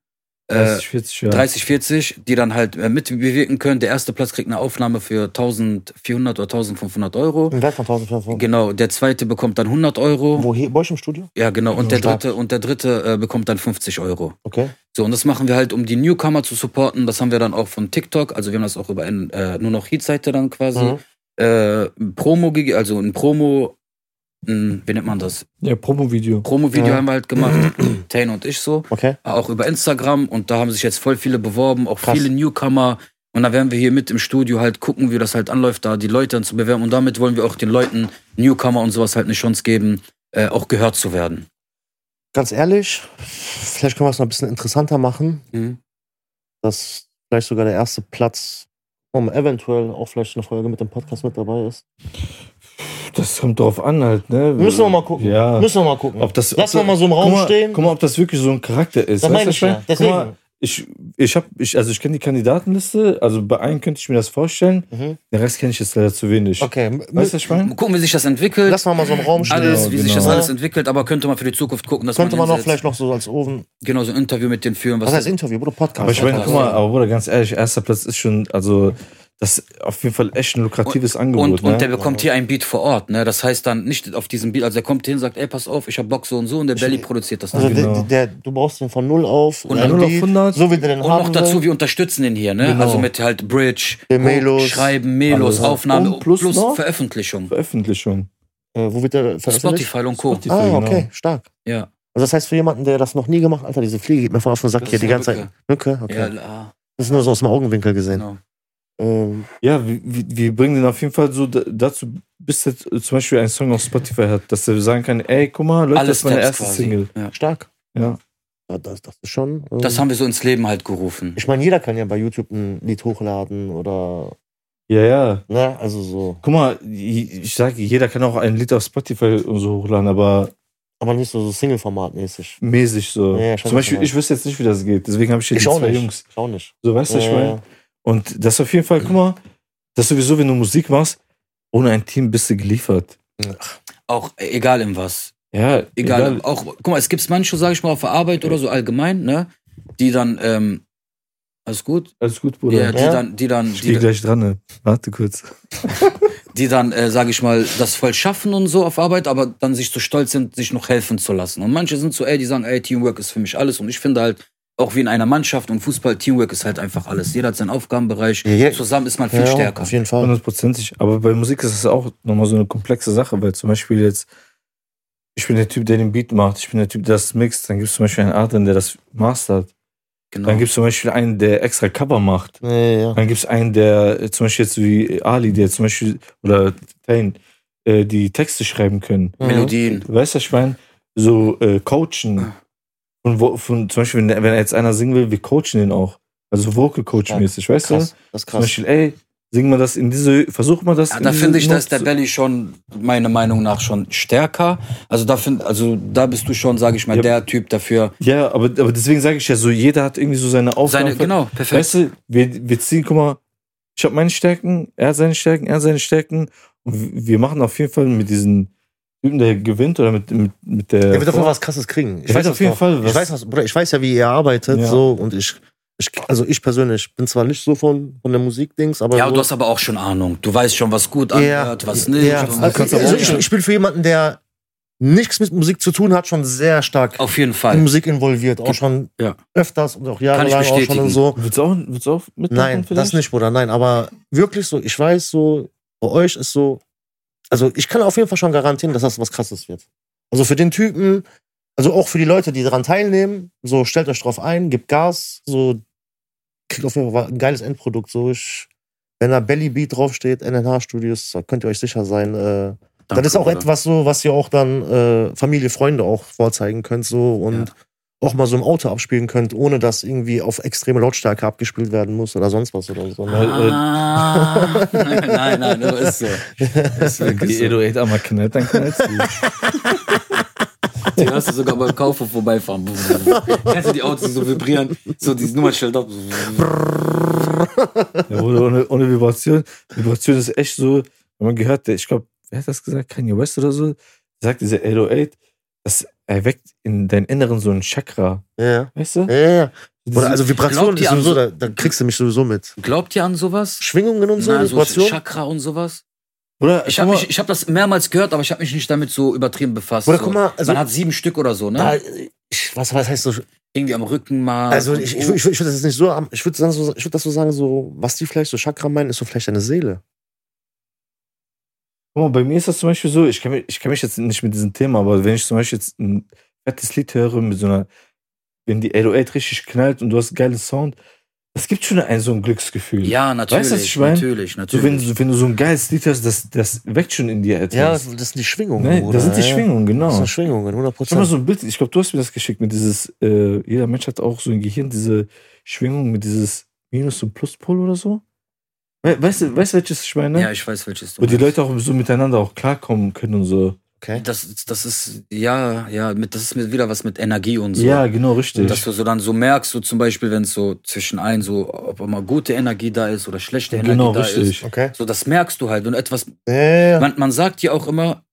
Äh, 30, 40 Jahre. 30, 40, die dann halt äh, mitbewirken können. Der erste Platz kriegt eine Aufnahme für 1400 oder 1500 Euro. Im Wert von 1500 Genau, der zweite bekommt dann 100 Euro. Wo hier? Bei euch im Studio? Ja, genau. Und der Stark. dritte, und der dritte äh, bekommt dann 50 Euro. Okay. So, und das machen wir halt, um die Newcomer zu supporten. Das haben wir dann auch von TikTok. Also wir haben das auch über ein, äh, nur noch Heat-Seite dann quasi. Mhm. Äh, ein Promo, gege- also ein Promo, ein, wie nennt man das? Ja, Promo-Video. Promo-Video Ja. haben wir halt gemacht, Tane und ich so. Okay. Auch über Instagram und da haben sich jetzt voll viele beworben, auch Krass. viele Newcomer. Und da werden wir hier mit im Studio halt gucken, wie das halt anläuft, da die Leute dann zu bewerben. Und damit wollen wir auch den Leuten, Newcomer und sowas halt eine Chance geben, äh, auch gehört zu werden. Ganz ehrlich, vielleicht können wir es noch ein bisschen interessanter machen. dass vielleicht sogar der erste Platz, um eventuell auch vielleicht eine Folge mit dem Podcast mit dabei ist. Das kommt drauf an halt, ne? Müssen wir mal gucken. Ja. Müssen wir mal gucken. Ob das, Lass ob, mal mal so im Raum guck mal, stehen. Guck mal, ob das wirklich so ein Charakter ist. das Weißt meine du, ich ja. Guck Deswegen. mal, ich, ich hab, ich, also ich kenne die Kandidatenliste, also bei einem könnte ich mir das vorstellen, Mhm. den Rest kenne ich jetzt leider zu wenig. Okay. m- Weißt du, was ich meine? Mal Gucken, wie sich das entwickelt. Lass mal mal so im Raum stehen. alles, wie sich das genau. alles entwickelt, aber könnte man für die Zukunft gucken, dass Könnte man auch hinsetzt, vielleicht noch so als Ofen. genau so ein Interview mit denen führen, was, Was heißt Interview oder Podcast? Aber ich meine, Ja, guck mal, aber Bruder, ganz ehrlich, erster Platz ist schon, also, das ist auf jeden Fall echt ein lukratives Angebot. und, ne? und der bekommt hier Genau. einen Beat vor Ort, ne? Das heißt dann nicht auf diesem Beat, also der kommt hin, sagt, ey, pass auf, ich hab Bock so und so und der Belly produziert das Also dann. Genau. der, der, du brauchst den von null auf. Und einen von null auf Beat, 100. So wie der den Und haben noch dazu, will. wir unterstützen den hier, ne? Genau. Also mit halt Bridge, Den Melos. Schreiben, Melos, Alles. Aufnahme Und plus noch? Veröffentlichung. Veröffentlichung. Äh, wo wird der veröffentlicht? Spotify und Co. Spotify, Ah, genau. okay, stark. Ja. Also das heißt für jemanden, der das noch nie gemacht hat, Alter, diese Fliege geht mir voll auf den Sack Das hier ist die eine ganze Zeit. Mücke? Okay. ja la- Das ist nur so aus dem Augenwinkel gesehen. genau. Ähm, Ja, wir, wir wir bringen den auf jeden Fall so da- dazu, bis er z- zum Beispiel einen Song auf Spotify hat, dass er sagen kann, ey, guck mal, Leute, das Alles ist meine Tabs erste quasi. Single. Ja. stark. Ja. Ja, Das, das ist schon. ähm, Das haben wir so ins Leben halt gerufen. Ich meine, jeder kann ja bei YouTube ein Lied hochladen oder. Ja, ja. Ne, also so. Guck mal, ich sage, jeder kann auch ein Lied auf Spotify und so hochladen, aber Aber nicht so, so Single-Format-mäßig. mäßig so. Ja, ja, schon Zum Beispiel, genau. ich wüsste jetzt nicht, wie das geht. Deswegen habe ich hier Ich die auch zwei nicht. Jungs. Ich auch nicht. So, weißt du, ich Äh, meine. Und das auf jeden Fall, guck mal, das sowieso, wenn du Musik machst, ohne ein Team bist du geliefert. Auch äh, egal in was. Ja, egal, auch, guck mal, es gibt manche, sage ich mal, auf der Arbeit oder so allgemein, ne, die dann, ähm, alles gut, Alles gut, ja, Bruder. die Ja. dann, die dann, Ich gehe die, gleich dran, ne? Warte kurz. die dann, äh, sage ich mal, das voll schaffen und so auf Arbeit, aber dann sich so stolz sind, sich noch helfen zu lassen. Und manche sind so, ey, die sagen, ey, Teamwork ist für mich alles und ich finde halt, auch wie in einer Mannschaft und Fußball, Teamwork ist halt einfach alles. Jeder hat seinen Aufgabenbereich. Ja, ja. Zusammen ist man viel ja, stärker. Auf jeden Fall. Hundertprozentig. Aber bei Musik ist das auch nochmal so eine komplexe Sache, weil zum Beispiel jetzt, ich bin der Typ, der den Beat macht, ich bin der Typ, der das mixt, dann gibt es zum Beispiel einen Adrian, der das mastert. Genau. Dann gibt es zum Beispiel einen, der extra Cover macht. Ja, ja, ja. Dann gibt es einen, der äh, zum Beispiel jetzt wie Ali, der zum Beispiel, oder Tain, äh, die Texte schreiben können. Melodien. Weißt du, was ich meine, so äh, Ah. coachen. Von, wo, von, zum Beispiel, wenn, wenn jetzt einer singen will, wir coachen den auch. Also Vocal Coach mäßig, weißt du? Krass. Das Zum ist krass. Beispiel, ey, Singen wir das in diese, versucht man das Ja, in da diese finde ich, da Note ist der zu- Belly schon, meiner Meinung nach, schon stärker. Also da, find, also da bist du schon, sage ich mal, Ja. der Typ dafür. Ja, aber, aber deswegen sage ich ja so, jeder hat irgendwie so seine Aufgaben. Seine, genau, perfekt. Weißt du, wir, wir ziehen, guck mal, ich habe meine Stärken, er hat seine Stärken, er hat seine Stärken. Und w- wir machen auf jeden Fall mit diesen Typen, der gewinnt oder mit, mit, mit der. Er wird auf jeden Fall was krasses kriegen. Der wird das auf jeden noch. Fall was- Ich weiß, was, Bruder, ich weiß ja, wie ihr arbeitet, Ja. so, und ich, ich, also ich persönlich bin zwar nicht so von, von der Musik-Dings, aber. Ja, so, du hast aber auch schon Ahnung. Du weißt schon, was gut Ja. anhört, was nicht. Ja. Und Also, kannst aber also auch- ich, ich bin für jemanden, der nichts mit Musik zu tun hat, schon sehr stark auf jeden Fall. in Musik involviert. Auch schon Ja. öfters und auch jahrelang auch schon bestätigen. und so. Willst du auch, willst du auch mitmachen? Nein, das vielleicht? nicht, Bruder. Nein, aber wirklich so, ich weiß so, bei euch ist so, also ich kann auf jeden Fall schon garantieren, dass das was krasses wird. Also für den Typen, also auch für die Leute, die daran teilnehmen, so stellt euch drauf ein, gebt Gas, so kriegt auf jeden Fall ein geiles Endprodukt. So ich, wenn da Belly Beat draufsteht, NNH Studios, da könnt ihr euch sicher sein. Äh, Danke, das ist auch Bruder. etwas so, was ihr auch dann äh, Familie, Freunde auch vorzeigen könnt so und auch mal so im Auto abspielen könnt, ohne dass irgendwie auf extreme Lautstärke abgespielt werden muss oder sonst was oder so. Ne? Ah, nein, nein, das ist so. Ist wirklich Die so. Edo Aid einmal knallt, dann knallt sie. Die hast du sogar beim Kaufen vorbeifahren. Kennst du die Autos, die so vibrieren? So dieses Nummernschild ab. ja, Bruder, ohne, ohne Vibration. Vibration ist echt so, wenn man gehört, der, ich glaube, wer hat das gesagt? Kanye West oder so? Sagt dieser Edo Aid, das erweckt in deinem Inneren so ein Chakra. Ja. Weißt du? Ja, ja. Oder also Glaubt Vibrationen ihr ist an sowieso, so- da, da kriegst du mich sowieso mit. Glaubt ihr an sowas? Schwingungen und so, Äh, Na, so Vibrationen. Chakra und sowas? Oder, Ich guck habe mal, ich, ich hab das mehrmals gehört, aber ich habe mich nicht damit so übertrieben befasst. Oder so. guck mal, also- Man hat sieben Stück oder so, ne? Da, ich, was, was heißt so? Irgendwie am Rücken mal. Also ich, ich, Oh. ich, ich würde das jetzt nicht so, am- ich würde sagen, so, ich würde das so sagen, so, was die vielleicht so Chakra meinen, ist so vielleicht deine Seele. Guck mal, bei mir ist das zum Beispiel so, ich kenne mich, ich kenn mich jetzt nicht mit diesem Thema, aber wenn ich zum Beispiel jetzt ein fettes Lied höre mit so einer, wenn die 808 richtig knallt und du hast geilen Sound, das gibt schon ein so ein Glücksgefühl. ja, natürlich. Weißt du, was ich mein? Natürlich, so, wenn, natürlich. du- wenn du so ein geiles Lied hörst, das, das weckt schon in dir etwas. das sind die Schwingungen. ne? Bruder. Das sind die Ja, ja. Schwingungen, Das genau. sind Schwingungen, 100 Schau mal Prozent. so ein Bild, ich glaube, du hast mir das geschickt mit dieses, äh, jeder Mensch hat auch so ein Gehirn, diese Schwingung mit dieses Minus- und Pluspol oder so. We weißt du, weißt, du, welches ich meine? ja, ich weiß, welches du ne? Wo die meinst. Leute auch so miteinander auch klarkommen können und so. Okay. Das, das ist, ja, ja, mit, das ist mit, wieder was mit Energie und so. Ja, genau, richtig. Und dass du so dann so merkst, so zum Beispiel, wenn es so zwischen ein, so, ob immer gute Energie da ist oder schlechte Energie Genau, da richtig. Okay. ist. So, das merkst du halt. Und etwas, Ja, ja, ja. man, man sagt ja auch immer,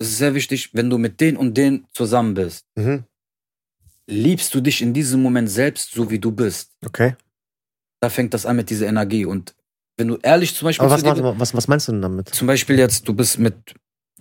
es ist sehr wichtig, wenn du mit den und den zusammen bist, Mhm. liebst du dich in diesem Moment selbst, so wie du bist. Okay. Da fängt das an mit dieser Energie. Und wenn du ehrlich zum Beispiel Aber was, zu dir, was, was, was meinst du denn damit? zum Beispiel jetzt, du bist mit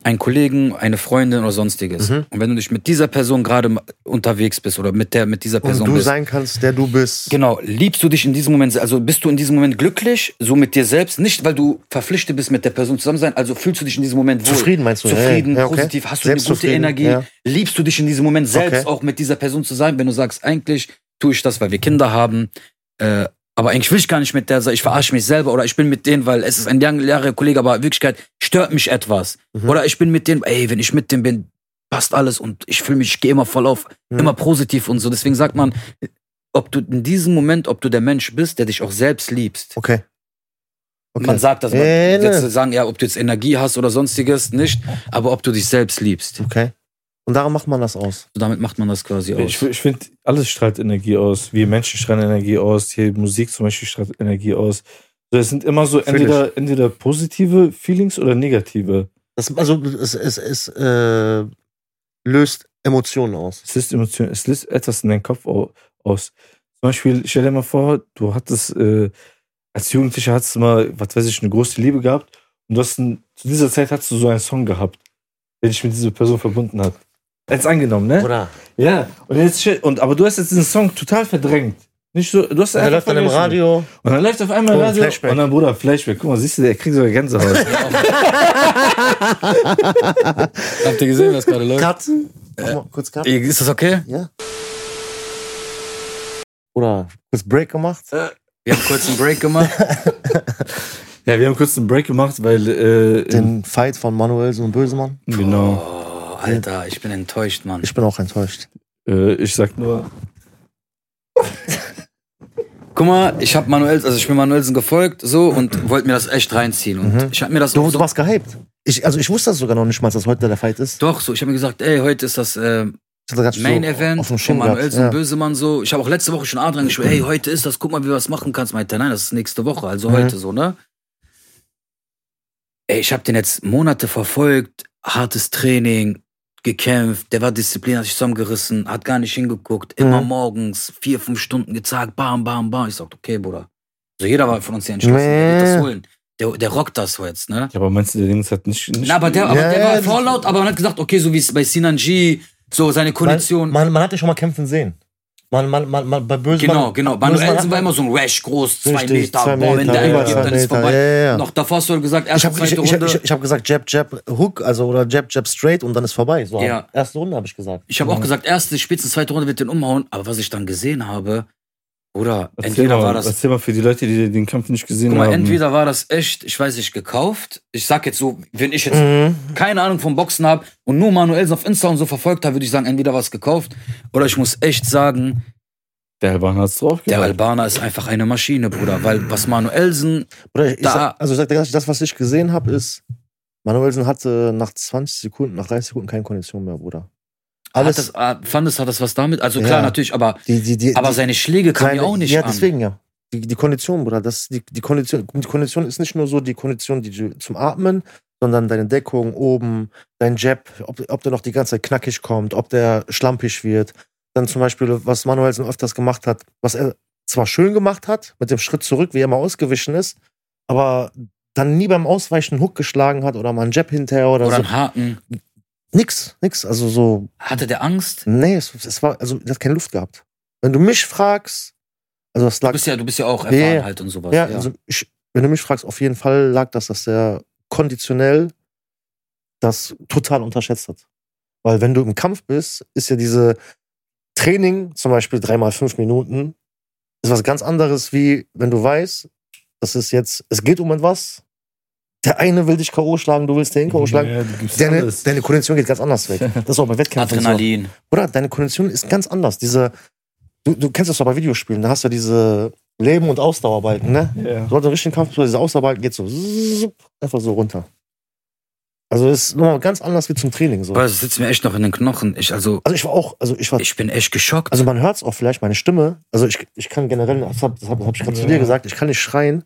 einem Kollegen, eine Freundin oder sonstiges. Mhm. Und wenn du dich mit dieser Person gerade ma- unterwegs bist oder mit der, mit dieser Und Person du bist, sein kannst, der du bist. Genau, liebst du dich in diesem Moment, also bist du in diesem Moment glücklich, so mit dir selbst, nicht weil du verpflichtet bist, mit der Person zusammen sein, also fühlst du dich in diesem Moment wohl. Zufrieden meinst du? Zufrieden, ja, ja, okay. positiv, hast du eine gute Selbstzufrieden, Energie, ja. liebst du dich in diesem Moment selbst Okay. auch mit dieser Person zu sein, wenn du sagst, eigentlich tue ich das, weil wir Kinder haben, äh, aber eigentlich will ich gar nicht mit der sein, ich verarsche mich selber oder ich bin mit denen, weil es ist ein lang- langer Kollege, aber in Wirklichkeit stört mich etwas. Mhm. Oder ich bin mit denen, ey, wenn ich mit denen bin, passt alles und ich fühle mich, ich gehe immer voll auf, Mhm. immer positiv und so. Deswegen sagt man, ob du in diesem Moment, ob du der Mensch bist, der dich auch selbst liebst. Okay. okay. Man sagt das, man Äh, ne. Sätze sagen ja, ob du jetzt Energie hast oder sonstiges, nicht, aber ob du dich selbst liebst. Okay. Und daran macht man das aus. So, damit macht man das quasi aus. Ich, ich finde, alles strahlt Energie aus. Wir Menschen strahlen Energie aus. Hier Musik zum Beispiel strahlt Energie aus. So, es sind immer so Natürlich. entweder, entweder positive Feelings oder negative. Das, also es, es, es äh, löst Emotionen aus. Es lässt Emotionen, es lässt etwas in deinen Kopf au- aus. Zum Beispiel, stell dir mal vor, du hattest, äh, als Jugendlicher hattest du mal, was weiß ich, eine große Liebe gehabt und du hast ein, zu dieser Zeit hast du so einen Song gehabt, der dich mit dieser Person verbunden hat. Jetzt angenommen, ne? Oder? Ja. Und jetzt, stell- und, aber du hast jetzt diesen Song total verdrängt. Nicht so, du hast Er einfach läuft dann im vergessen. Radio. Und dann läuft auf einmal Oh, Radio Flashback. und dann Bruder Flashback. Guck mal, siehst du, der kriegt sogar Gänsehaut. Habt ihr gesehen, was gerade läuft? Cut. Äh, Mach mal kurz Cut. Ist das okay? Ja. Oder kurz Break gemacht. Wir haben kurz einen Break gemacht. ja, wir haben kurz einen Break gemacht, weil äh, in- Den Fight von Manuelsen und Bösemann. genau. Oh, Alter, ich bin enttäuscht, Mann. Ich bin auch enttäuscht. Äh, ich sag nur, Guck mal, ich habe Manuels, also ich bin Manuelsen gefolgt so und wollte mir das echt reinziehen. Und ich habe mir das Du, auch du so, warst gehypt. Ich, also ich wusste das sogar noch nicht mal, dass heute der Fight ist. doch so, ich habe mir gesagt, ey, heute ist das äh, Ich hatte grad so Main auf Event dem von Schirm gehabt. Manuelsen Ja. Mhm. Bösemann so. Ich habe auch letzte Woche schon Adrian geschrieben, hey, heute ist das, guck mal, wie du das machen kannst. Meinte, er, nein, das ist nächste Woche, also Mhm. heute so, ne? Ey, ich habe den jetzt Monate verfolgt, hartes Training, gekämpft, der war diszipliniert, hat sich zusammengerissen, hat gar nicht hingeguckt, immer Mhm. morgens, vier, fünf Stunden gezagt, bam, bam, bam. Ich sagte, okay, Bruder. Also jeder war von uns hier entschlossen, der wird das Nee. holen. Der, der rockt das so jetzt, ne? Ja, aber meinst du, der Dings hat nicht. nicht Na, aber der, aber Ja, der ja, war das- voll laut, aber man hat gesagt, okay, so wie es bei Sinan G, so seine Kondition. Man, man, man hat dich schon mal kämpfen sehen. Man, man, man, man, bei Bösemann. Genau, genau. Manuelsen war immer so ein Rash, groß, zwei Richtig, Meter, zwei boah, wenn Meter, der über einen gibt, zwei dann ist Meter, vorbei. ja, ja, ja. Noch davor hast du gesagt, Ich erste, habe ich, zweite ich, Runde. ich, ich hab gesagt, Jab, Jab, Hook, also oder Jab, Jab, Straight und dann ist vorbei. So, Ja. Erste Runde habe ich gesagt. Ich habe auch gesagt, erste, spätestens zweite Runde wird den umhauen. Aber was ich dann gesehen habe, oder Erzähl entweder mal, war das, erzähl mal für die Leute, die den Kampf nicht gesehen guck mal, genau- haben. entweder war das echt, ich weiß nicht, gekauft. Ich sag jetzt so, wenn ich jetzt Mhm. keine Ahnung vom Boxen habe und nur Manuelsen auf Insta und so verfolgt habe, würde ich sagen, entweder war es gekauft oder ich muss echt sagen, Der Albaner hat's drauf der Albaner ist einfach eine Maschine, Bruder. Weil was Manuelsen, Oder ich Da- sag, also ich sag, dir ganz ehrlich, das, was ich gesehen habe, ist, Manuelsen hatte nach 20 Sekunden, nach 30 Sekunden keine Kondition mehr, Bruder. Alles, hat das, ah, fandest, hat das was damit? Also klar, Ja. natürlich, aber die, die, die, Aber die, seine Schläge kamen ja seine- auch nicht Ja, an. deswegen ja. Die, die Kondition, Bruder, das, die, die, Kondition, die Kondition ist nicht nur so die Kondition die du zum Atmen, sondern deine Deckung oben, dein Jab, ob, ob der noch die ganze Zeit knackig kommt, ob der schlampig wird. Dann zum Beispiel, was Manuelsen öfters gemacht hat, was er zwar schön gemacht hat, mit dem Schritt zurück, wie er mal ausgewichen ist, aber dann nie beim Ausweichen einen Hook geschlagen hat oder mal einen Jab hinterher oder, Oder so. einen Haken. Nix, nix. Also so, Hatte der Angst? Nee, es, es war, also das hat keine Luft gehabt. Wenn du mich fragst, also das Du lag, bist ja, du bist ja auch Ja, ja. erfahren halt und sowas. ja, also ich, wenn du mich fragst, auf jeden Fall lag das, dass der konditionell das total unterschätzt hat. Weil wenn du im Kampf bist, ist ja diese Training, zum Beispiel dreimal fünf Minuten, ist was ganz anderes, wie wenn du weißt, das ist jetzt, es geht um etwas, der eine will dich K.O. schlagen, du willst den K.O. schlagen. Ja, die gibt's Deine, alles. deine Kondition geht ganz anders weg. Das ist auch bei Wettkämpfen so. Adrenalin. Oder deine Kondition ist ganz anders. Diese, du, du kennst das doch bei Videospielen, da hast du diese Leben- und Ausdauerbalken, ne? Ja. Du hast einen richtigen Kampf, so diese Ausdauerbalken geht so zup, einfach so runter. Also ist nochmal ganz anders wie zum Training. So. Aber das sitzt mir echt noch in den Knochen. Ich, also, Also ich war auch, also ich war, ich bin echt geschockt. also man hört es auch vielleicht, meine Stimme, also ich, ich kann generell, das habe hab, das hab ich gerade zu Ja. dir gesagt, ich kann nicht schreien.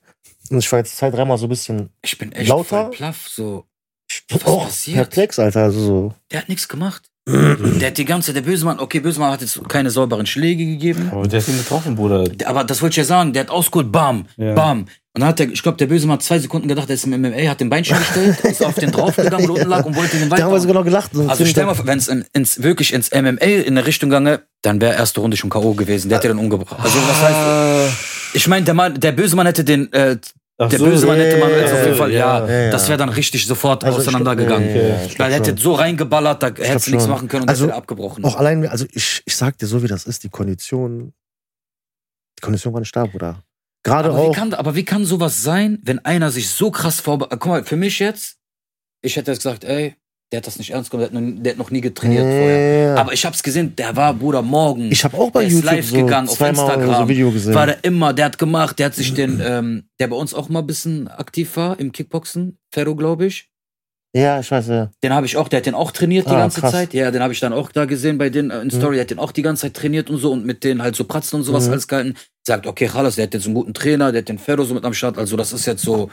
Und ich war jetzt zwei, dreimal so ein bisschen ich bin echt lauter? voll plaff. So. ich Was bin auch passiert? perplex, Alter. Also so. Der hat nichts gemacht. der hat die ganze Zeit, der Bösemann, okay, Bösemann hat jetzt keine sauberen Schläge gegeben. Aber der hat ihn getroffen, Bruder. Der- Aber das wollte ich ja sagen, der hat ausgeholt, bam, Ja. bam. Und dann hat der, ich glaube, der Bösemann hat zwei Sekunden gedacht, er ist im MMA, hat den Bein schon gestellt, ist auf den draufgegangen, der unten lag und wollte den Da haben wir weiter. sogar noch gelacht. Und Also stell mal vor, wenn es in, ins, wirklich ins MMA in eine Richtung gange, dann wäre erste Runde schon K.O. gewesen. Der hätte den umgebracht. Also was heißt, Ah. ich meine, der, Mann, der böse Mann hätte den, äh, Ach der so, böse Mann ja, hätte ja, Manuel auf ja, jeden Fall, ja, ja, ja, ja. das wäre dann richtig sofort Also ich glaub- auseinandergegangen. ja, ja, ja, ich glaub Weil er hätte schon. so reingeballert, da hätte schon. nichts machen können und Also, das hätte abgebrochen. Auch allein, also ich, ich sag dir so, wie das ist, die Kondition, die Kondition war nicht da, Bruder. Gerade aber, wie auch, kann, aber wie kann sowas sein, wenn einer sich so krass vorbereitet? Guck mal, für mich jetzt, ich hätte jetzt gesagt, ey, der hat das nicht ernst genommen, der hat noch, der hat noch nie getrainiert vorher. Ja. Aber ich hab's gesehen, der war, Bruder, morgen. ich habe auch bei Hm. der ist YouTube live so gegangen, auf zweimal so Instagram. Video gesehen. war der immer, der hat gemacht, der hat sich den, ähm, der bei uns auch mal ein bisschen aktiv war im Kickboxen, Ferro, glaube ich. ja, ich weiß, ja. Den habe ich auch, der hat den auch trainiert die Ah, ganze krass. Mhm. Zeit. Ja, den habe ich dann auch da gesehen bei den äh, in Story, der hat den auch die ganze Zeit trainiert und so und mit denen halt so pratzen und sowas Mhm. alles gehalten. Sagt, okay, Chalas, der hat jetzt einen guten Trainer, der hat den Ferro so mit am Start, also das ist jetzt so,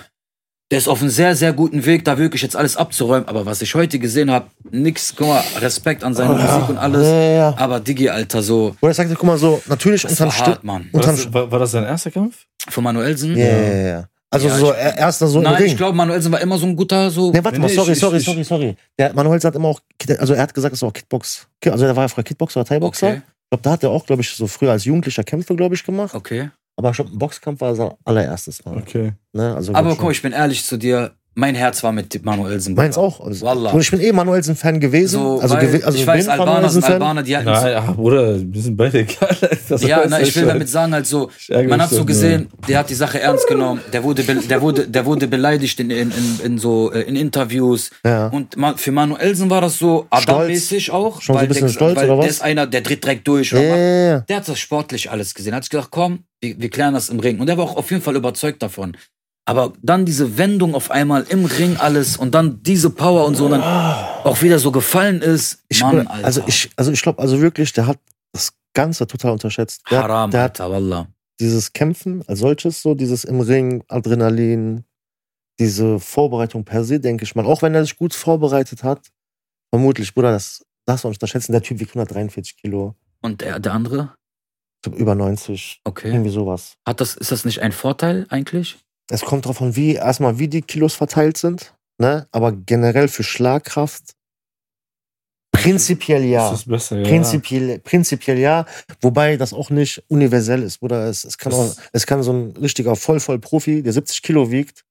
der ist auf einem sehr, sehr guten Weg, da wirklich jetzt alles abzuräumen. Aber was ich heute gesehen habe, nix, guck mal, Respekt an seine Musik und Ah. Ja, alles. ja, ja. Aber Digi, Alter, so, Oder ich sag dir, guck mal so, natürlich das unterm war Strich. hart, Mann. War Unterm das, Strich. war, war das sein erster Kampf? Von Manuelsen. Ja, ja, ja, ja. Also Ja, so, ich- er- erst dann so im Nein, Oh, Ring. ich glaube, Manuelsen war immer so ein guter, so Nee, warte Nee, mal, nee, sorry, ich- sorry, ich- sorry, sorry. Der Manuel hat immer auch, also er hat gesagt, es war auch Kickbox. Also der war ja früher Kickboxer oder Thai-Boxer. Okay. Ich glaube, da hat er auch, glaube ich, so früher als Jugendlicher Kämpfe, glaube ich, gemacht. Okay. Aber ich glaube, ein Boxkampf war sein allererstes Mal. Okay. Ne? Also Aber glaub guck mal, ich bin ehrlich zu dir. Mein Herz war mit Manuelsen. Meins auch. Also. Wallah. Und ich bin eh Manuelsen-Fan gewesen. So, also, weil gewe also ich weiß, bin Albaner sind Manuelsen-Fan. Albaner, die hatten Nein, ach, Bruder, wir sind beide egal. also Das Ja, heißt na, ich will schon. damit sagen, halt so, Ich ärgere man mich hat so doch gesehen, der hat die Sache ernst genommen, der wurde, be- der wurde, der wurde beleidigt in, in, in, in so äh, in Interviews. Ja. Und ma- für Manuelsen war das so Adam-mäßig auch. Schon so ein bisschen der, stolz, weil oder Der was? ist einer, der tritt direkt durch. Ja, oder ja, macht- ja, ja. Der hat das sportlich alles gesehen. Hat sich gedacht, komm, wir, wir klären das im Ring. Und er war auch auf jeden Fall überzeugt davon. Aber dann diese Wendung auf einmal im Ring alles und dann diese Power und so und dann auch wieder so gefallen ist. Oh. Ich, Mann, bin- Alter. also ich, also ich glaube, also wirklich, der hat das Ganze total unterschätzt. Der, hat- Haram, der hat Alter, Wallah. dieses Kämpfen als solches, so dieses im Ring, Adrenalin, diese Vorbereitung per se, denke ich mal. Auch wenn er sich gut vorbereitet hat, vermutlich, Bruder, das darfst du nicht unterschätzen. Der Typ wiegt 143 Kilo, Und der, der andere? ich glaub, über 90, Okay. irgendwie sowas. Hat das, ist das nicht ein Vorteil eigentlich? Es kommt drauf an, wie, erstmal, wie die Kilos verteilt sind, ne? Aber generell für Schlagkraft, prinzipiell ja. Das ist besser, ja. Prinzipiell, prinzipiell ja, wobei das auch nicht universell ist, Bruder. Es, es, kann, auch, Das- es kann so ein richtiger Voll-Voll-Profi, der 70 Kilo wiegt,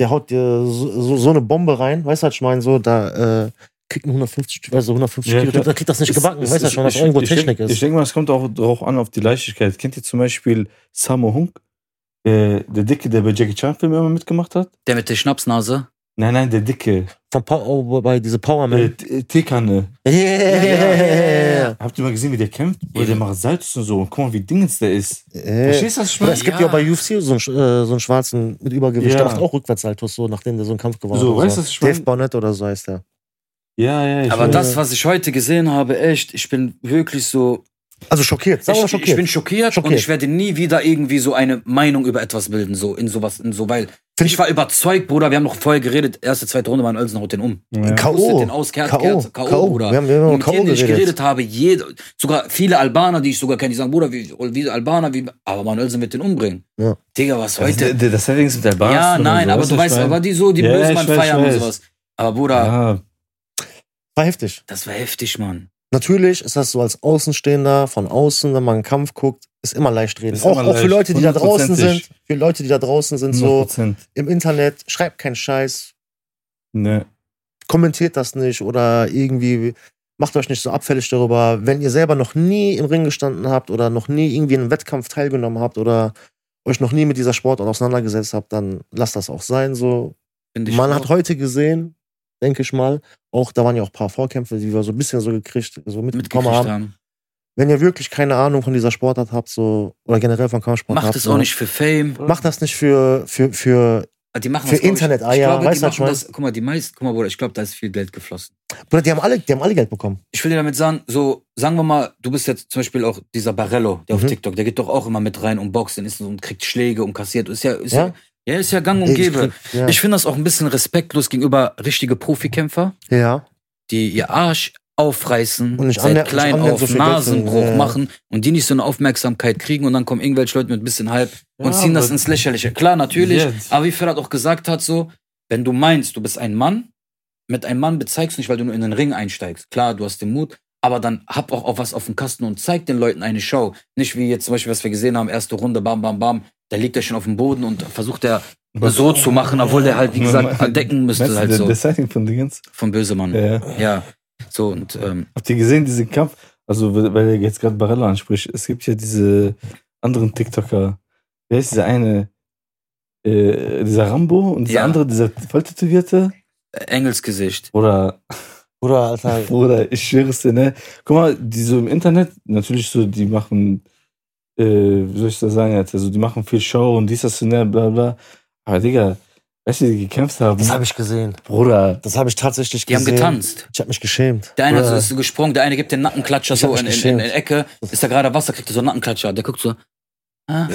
der haut dir so, so, so eine Bombe rein, weißt du, was ich meine? So, da äh, kriegt ein 150, also 150 Ja, Kilo, klar. da kriegt das nicht Es- gebacken, es- weißt du es- schon, dass ich- irgendwo ich Technik denk, Ich ist. denke mal, es kommt auch darauf an, auf die Leichtigkeit. Kennt ihr zum Beispiel Sammo Hunk? Äh, der Dicke, der bei Jackie Chan Film immer mitgemacht hat? Der mit der Schnapsnase? Nein, nein, der Dicke. Von Power, oh, bei diese Äh, Powerman. T- Tekanne. Yeah, yeah, yeah, Habt ihr mal gesehen, wie der kämpft? Oder der macht Salz und so. Und guck mal, wie dingens der ist. yeah. Verstehst du, was ich Bruder, meine? Es gibt ja, auch bei UFC so einen, Sch- äh, so einen schwarzen mit Übergewicht, der Ja. macht auch Rückwärtssaltos, so, nachdem der so einen Kampf gewonnen So, hat. oder weißt du, was ich Dave meine? Barnett oder so heißt der. Ja, ja, ich Aber weiß. das, was ich heute gesehen habe, echt, ich bin wirklich so. Also schockiert, sagen wir mal Ich, schockiert. ich bin schockiert, und Schockiert. ich werde nie wieder irgendwie so eine Meinung über etwas bilden, so in sowas, in so, weil Find ich war überzeugt, Bruder, wir haben noch vorher geredet, erste, zweite Runde, man Ölsen haut den um. Ja. Pustet K.O. Den aus, Kerl, K.O. Kerl, K.O. Bruder. Wir haben, wir haben Und über K.O. mit denen, die ich geredet. geredet habe, jeder, sogar viele Albaner, die ich sogar kenne, die sagen, Bruder, wie, wie Albaner, wie, aber man Ölsen wird den umbringen. Ja. Digga, was Das, heute? das, das hat nichts mit der Bahn Ja, nein, aber du weißt, aber die so, die Ja, ja, Bösmann ich weiß, feiern ich und weiß. sowas. Aber Bruder, Ja, War heftig. das war heftig, Mann. Natürlich ist das so als Außenstehender, von außen, wenn man einen Kampf guckt, ist immer leicht reden. Ist Auch, immer auch für leicht, Leute, die da draußen sind, hundertprozentig. für Leute, die da draußen sind, so 100%. im Internet, schreibt keinen Scheiß, Ne. kommentiert das nicht oder irgendwie macht euch nicht so abfällig darüber. Wenn ihr selber noch nie im Ring gestanden habt oder noch nie irgendwie in einem Wettkampf teilgenommen habt oder euch noch nie mit dieser Sportart auseinandergesetzt habt, dann lasst das auch sein, so. Find ich Man auch. hat heute gesehen, denke ich mal, auch da waren ja auch ein paar Vorkämpfe, die wir so ein bisschen so gekriegt, so mitbekommen mitgekriegt haben. haben. Wenn ihr wirklich keine Ahnung von dieser Sportart habt, so, oder generell von Kampfsport Macht habt, es so, auch nicht für Fame. Macht das nicht für, für, für, Die machen Für das, glaub Internet, ich, ah ich ja, glaube, die weißt du, was ich machen mein? das. Guck mal, die meisten, guck mal, Bruder, ich glaube, da ist viel Geld geflossen. Bruder, die haben alle, die haben alle Geld bekommen. Ich will dir damit sagen, so, sagen wir mal, du bist jetzt zum Beispiel auch dieser Barello, der auf Mhm. TikTok, der geht doch auch immer mit rein und boxt und, ist so- und kriegt Schläge und kassiert. Ist ja, ist ja? Ja? ja, ist ja gang und Ich gäbe. krieg- ja. Ich finde das auch ein bisschen respektlos gegenüber richtige Profikämpfer, ja. die ihr Arsch aufreißen, Und nicht seit annäher- klein nicht annähernd auf so viel Geld Nasenbruch verdienen, ja. machen und die nicht so eine Aufmerksamkeit kriegen und dann kommen irgendwelche Leute mit ein bisschen Hype und Ja, ziehen das aber- ins Lächerliche. Klar, natürlich, Jetzt. aber wie Ferhat auch gesagt hat, so, wenn du meinst, du bist ein Mann, mit einem Mann bezeigst du nicht, weil du nur in den Ring einsteigst. Klar, du hast den Mut, aber dann hab auch, auch was auf dem Kasten und zeig den Leuten eine Show. Nicht wie jetzt zum Beispiel, was wir gesehen haben, erste Runde, bam, bam, bam, da liegt er schon auf dem Boden und versucht er so zu machen, obwohl der halt, wie gesagt, decken müsste Meinst du, halt der- so Das Setting von Dingens. vom Bösemann. Ja. Ja, so und ähm, Habt ihr gesehen, diesen Kampf? Also, weil weil er jetzt gerade Barella anspricht, es gibt ja diese anderen TikToker. Wer ist dieser eine? Äh, dieser Rambo und dieser Ja. andere, dieser volltätowierte? Engelsgesicht. Oder, Bruder, Alter. oder ich schwöre es dir, ne? Guck mal, die so im Internet, natürlich so, die machen, äh, wie soll ich das sagen, Alter? Also, die machen viel Show und dies, das, und ne, bla, bla. Aber, Digga, weißt du, die gekämpft haben? Das habe ich gesehen. Bruder, Das habe ich tatsächlich Die haben gesehen. getanzt. Ich habe mich geschämt. Der eine hat so- Ja. ist so gesprungen, der eine gibt den Nackenklatscher Ich hab so mich in, in, in geschämt. die Ecke, ist da gerade Wasser, kriegt er so einen Nackenklatscher. Der guckt so, ah,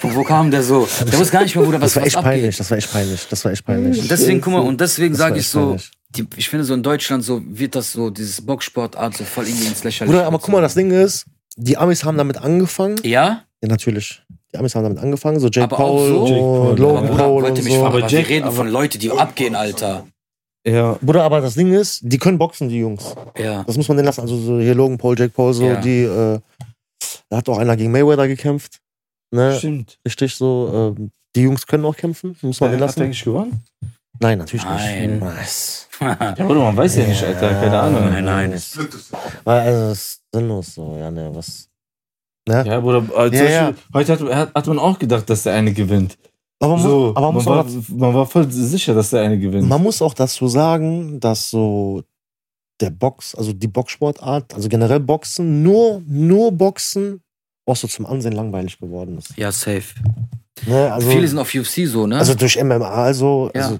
wo, wo kam der so? Der wusste gar nicht mehr, wo der was, Das war was echt peinlich. abgeht. Das war echt peinlich. Das war echt peinlich. Und deswegen, guck mal, und deswegen Das war sage ich echt so, peinlich. die, ich finde so in Deutschland so wird das so, dieses Boxsportart so voll irgendwie ins Lächerliche. Bruder, aber guck mal, das Ding ist, die Amis haben damit angefangen. Ja? Ja, natürlich. Die Amis haben damit angefangen, so Jake Aber auch Paul so? und Jake Paul, genau. Aber Logan ja. Bruder, Paul wollte und mich so. fragen, Aber aber wir Jack- reden aber- von Leuten, die abgehen, Alter. ja. Bruder, aber das Ding ist, die können boxen, die Jungs. Ja. Das muss man denen lassen. Also so hier Logan Paul, Jake Paul, so Ja. die, äh, da hat auch einer gegen Mayweather gekämpft. Ne? Stimmt. Richtig so, ähm, die Jungs können auch kämpfen, muss man Wer denen hat lassen. eigentlich gewonnen? Nein, natürlich Nein. nicht. Nice. Ja, oder man weiß ja nicht, Alter, keine Ahnung. Nein, nein. Das- Weil, also, das ist sinnlos so, ja, ne, was. Ne? Ja, Bruder, äh, zum Ja, ja. Beispiel, heute hat, hat, hat man auch gedacht, dass der eine gewinnt. Aber man So, muss, aber man muss man, auch war, man war voll sicher, dass der eine gewinnt. Man muss auch dazu sagen, dass so der Box, also die Boxsportart, also generell Boxen, nur, nur Boxen, auch so zum Ansehen langweilig geworden ist. Ja, safe. Ne? Also, Viele sind auf UFC so, ne? also durch MMA, also, Ja. also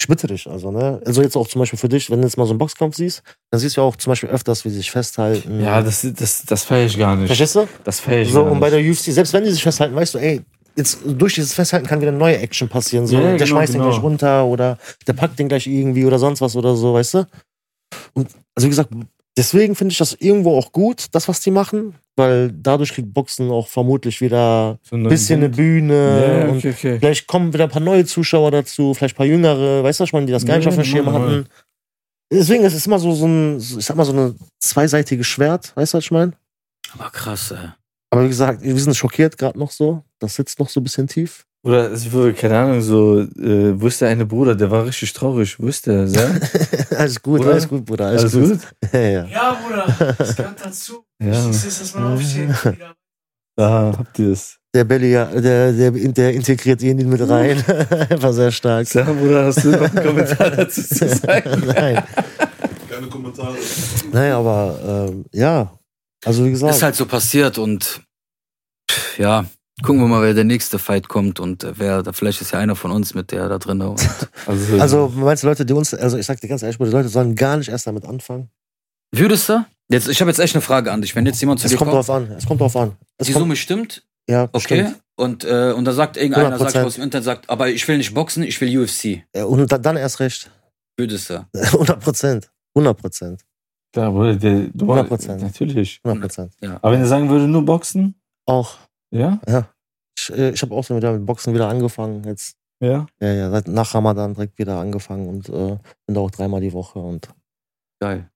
ich bitte dich, also, ne? Also jetzt auch zum Beispiel für dich, wenn du jetzt mal so einen Boxkampf siehst, dann siehst du ja auch zum Beispiel öfters, wie sie sich festhalten. ja, das, das, das feier ich gar nicht. Verstehst du? Das feier ich So, gar und nicht. bei der UFC, selbst wenn die sich festhalten, weißt du, ey, jetzt durch dieses Festhalten kann wieder eine neue Action passieren. So, Ja, ja, der genau, schmeißt den genau. gleich runter oder der packt den gleich irgendwie oder sonst was oder so, weißt du? Und also wie gesagt, deswegen finde ich das irgendwo auch gut, das, was die machen, weil dadurch kriegt Boxen auch vermutlich wieder so ein eine- bisschen eine Bühne Ja, und okay, okay. vielleicht kommen wieder ein paar neue Zuschauer dazu, vielleicht ein paar jüngere, weißt du, was ich meine, die das gar nicht Ja, auf dem Schirm genau, hatten. Deswegen, es ist immer so, so ein, ich sag mal, so ein zweiseitiges Schwert, weißt du, was ich meine? Aber krass, ey. Aber wie gesagt, wir sind schockiert gerade noch so. Das sitzt noch so ein bisschen tief. Oder es wurde, keine Ahnung, so, äh, wo ist der eine Bruder? Der war richtig traurig. Wo ist der? Sam? alles gut, Oder? alles gut, Bruder. Alles, Alles gut. gut? Ja, ja. Ja, Bruder, das gehört dazu. Ja, Wichtigste ist, dass man aufsteht. und wieder- da habt ihr es. Der Belly, ja, der, der, der integriert ihn mit rein. War sehr stark. Sam, Bruder, hast du noch einen Kommentar dazu zu sagen? Nein. Keine Kommentare. Nein, aber ähm, ja. Also wie gesagt, Ist halt so passiert und pff, ja, gucken wir mal, wer der nächste Fight kommt und äh, wer, da- vielleicht ist ja einer von uns mit der da drin. Und, Also, also meinst du Leute, die uns, also ich sag dir ganz ehrlich, die Leute sollen gar nicht erst damit anfangen. würdest du? Jetzt, ich habe jetzt echt eine Frage an dich. Wenn jetzt jemand zu Es dir kommt kommt, drauf an. Es kommt drauf an. Es die kommt, Summe stimmt, ja, okay, stimmt. und, äh, und da sagt irgendeiner, sagt 100%. aus dem Internet, sagt, aber ich will nicht boxen, ich will UFC. Ja, Und da- dann erst recht. Würdest du? 100 Prozent. 100 Prozent. Klar, Bruder, der, du 100%. Natürlich. 100 Prozent. Aber wenn er sagen würde, nur Boxen? Auch. Ja? Ich, äh, ich habe auch so wieder mit Boxen wieder angefangen. Jetzt Ja? Ja, ja, seit nach Ramadan direkt wieder angefangen und äh, bin da auch dreimal die Woche und. Geil.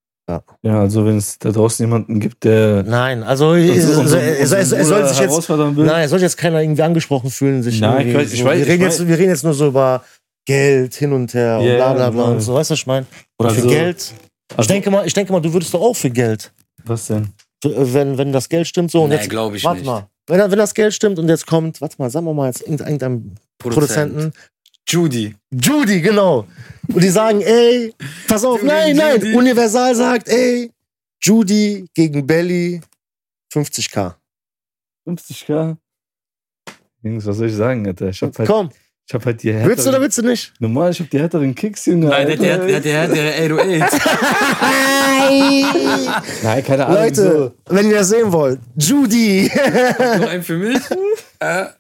Ja, also wenn es da draußen jemanden gibt, der Nein, also es, unseren- es, es, unseren es, es soll Bruder sich jetzt. herausfordern will. Nein, es soll sich jetzt keiner irgendwie angesprochen fühlen. Sich Nein, irgendwie ich weiß- ich so. weiß- wir, ich reden weiß- jetzt, wir reden jetzt nur so über Geld hin und Ja, her und bla bla bla genau. und so, weißt du, was ich meine? Oder Also- für Geld. Ich Also- denke, mal, ich denke mal, du würdest doch auch für Geld. Was denn? Für, äh, wenn, wenn das Geld stimmt, so und Nein, jetzt. glaube ich Warte nicht. mal. Wenn, wenn das Geld stimmt und jetzt kommt, warte mal, sagen wir mal jetzt irgendein- irgendeinem Produzenten. Judy. Judy, genau. Und die sagen, ey, pass auf, Judy, nein, nein. Judy. Universal sagt, ey, Judy gegen Belly, 50k. 50k? Jungs, was soll ich sagen, Alter? Ich hab halt, Komm, ich hab halt die härteren... willst du oder willst du nicht? Normal, ich hab die härteren Kicks, Junge. Nein, der, Alter. der, der, der, der, der 808. Nein. Nein, Also. keine Ahnung. Leute, wenn ihr das sehen wollt, Judy. Noch einen für mich? äh, so.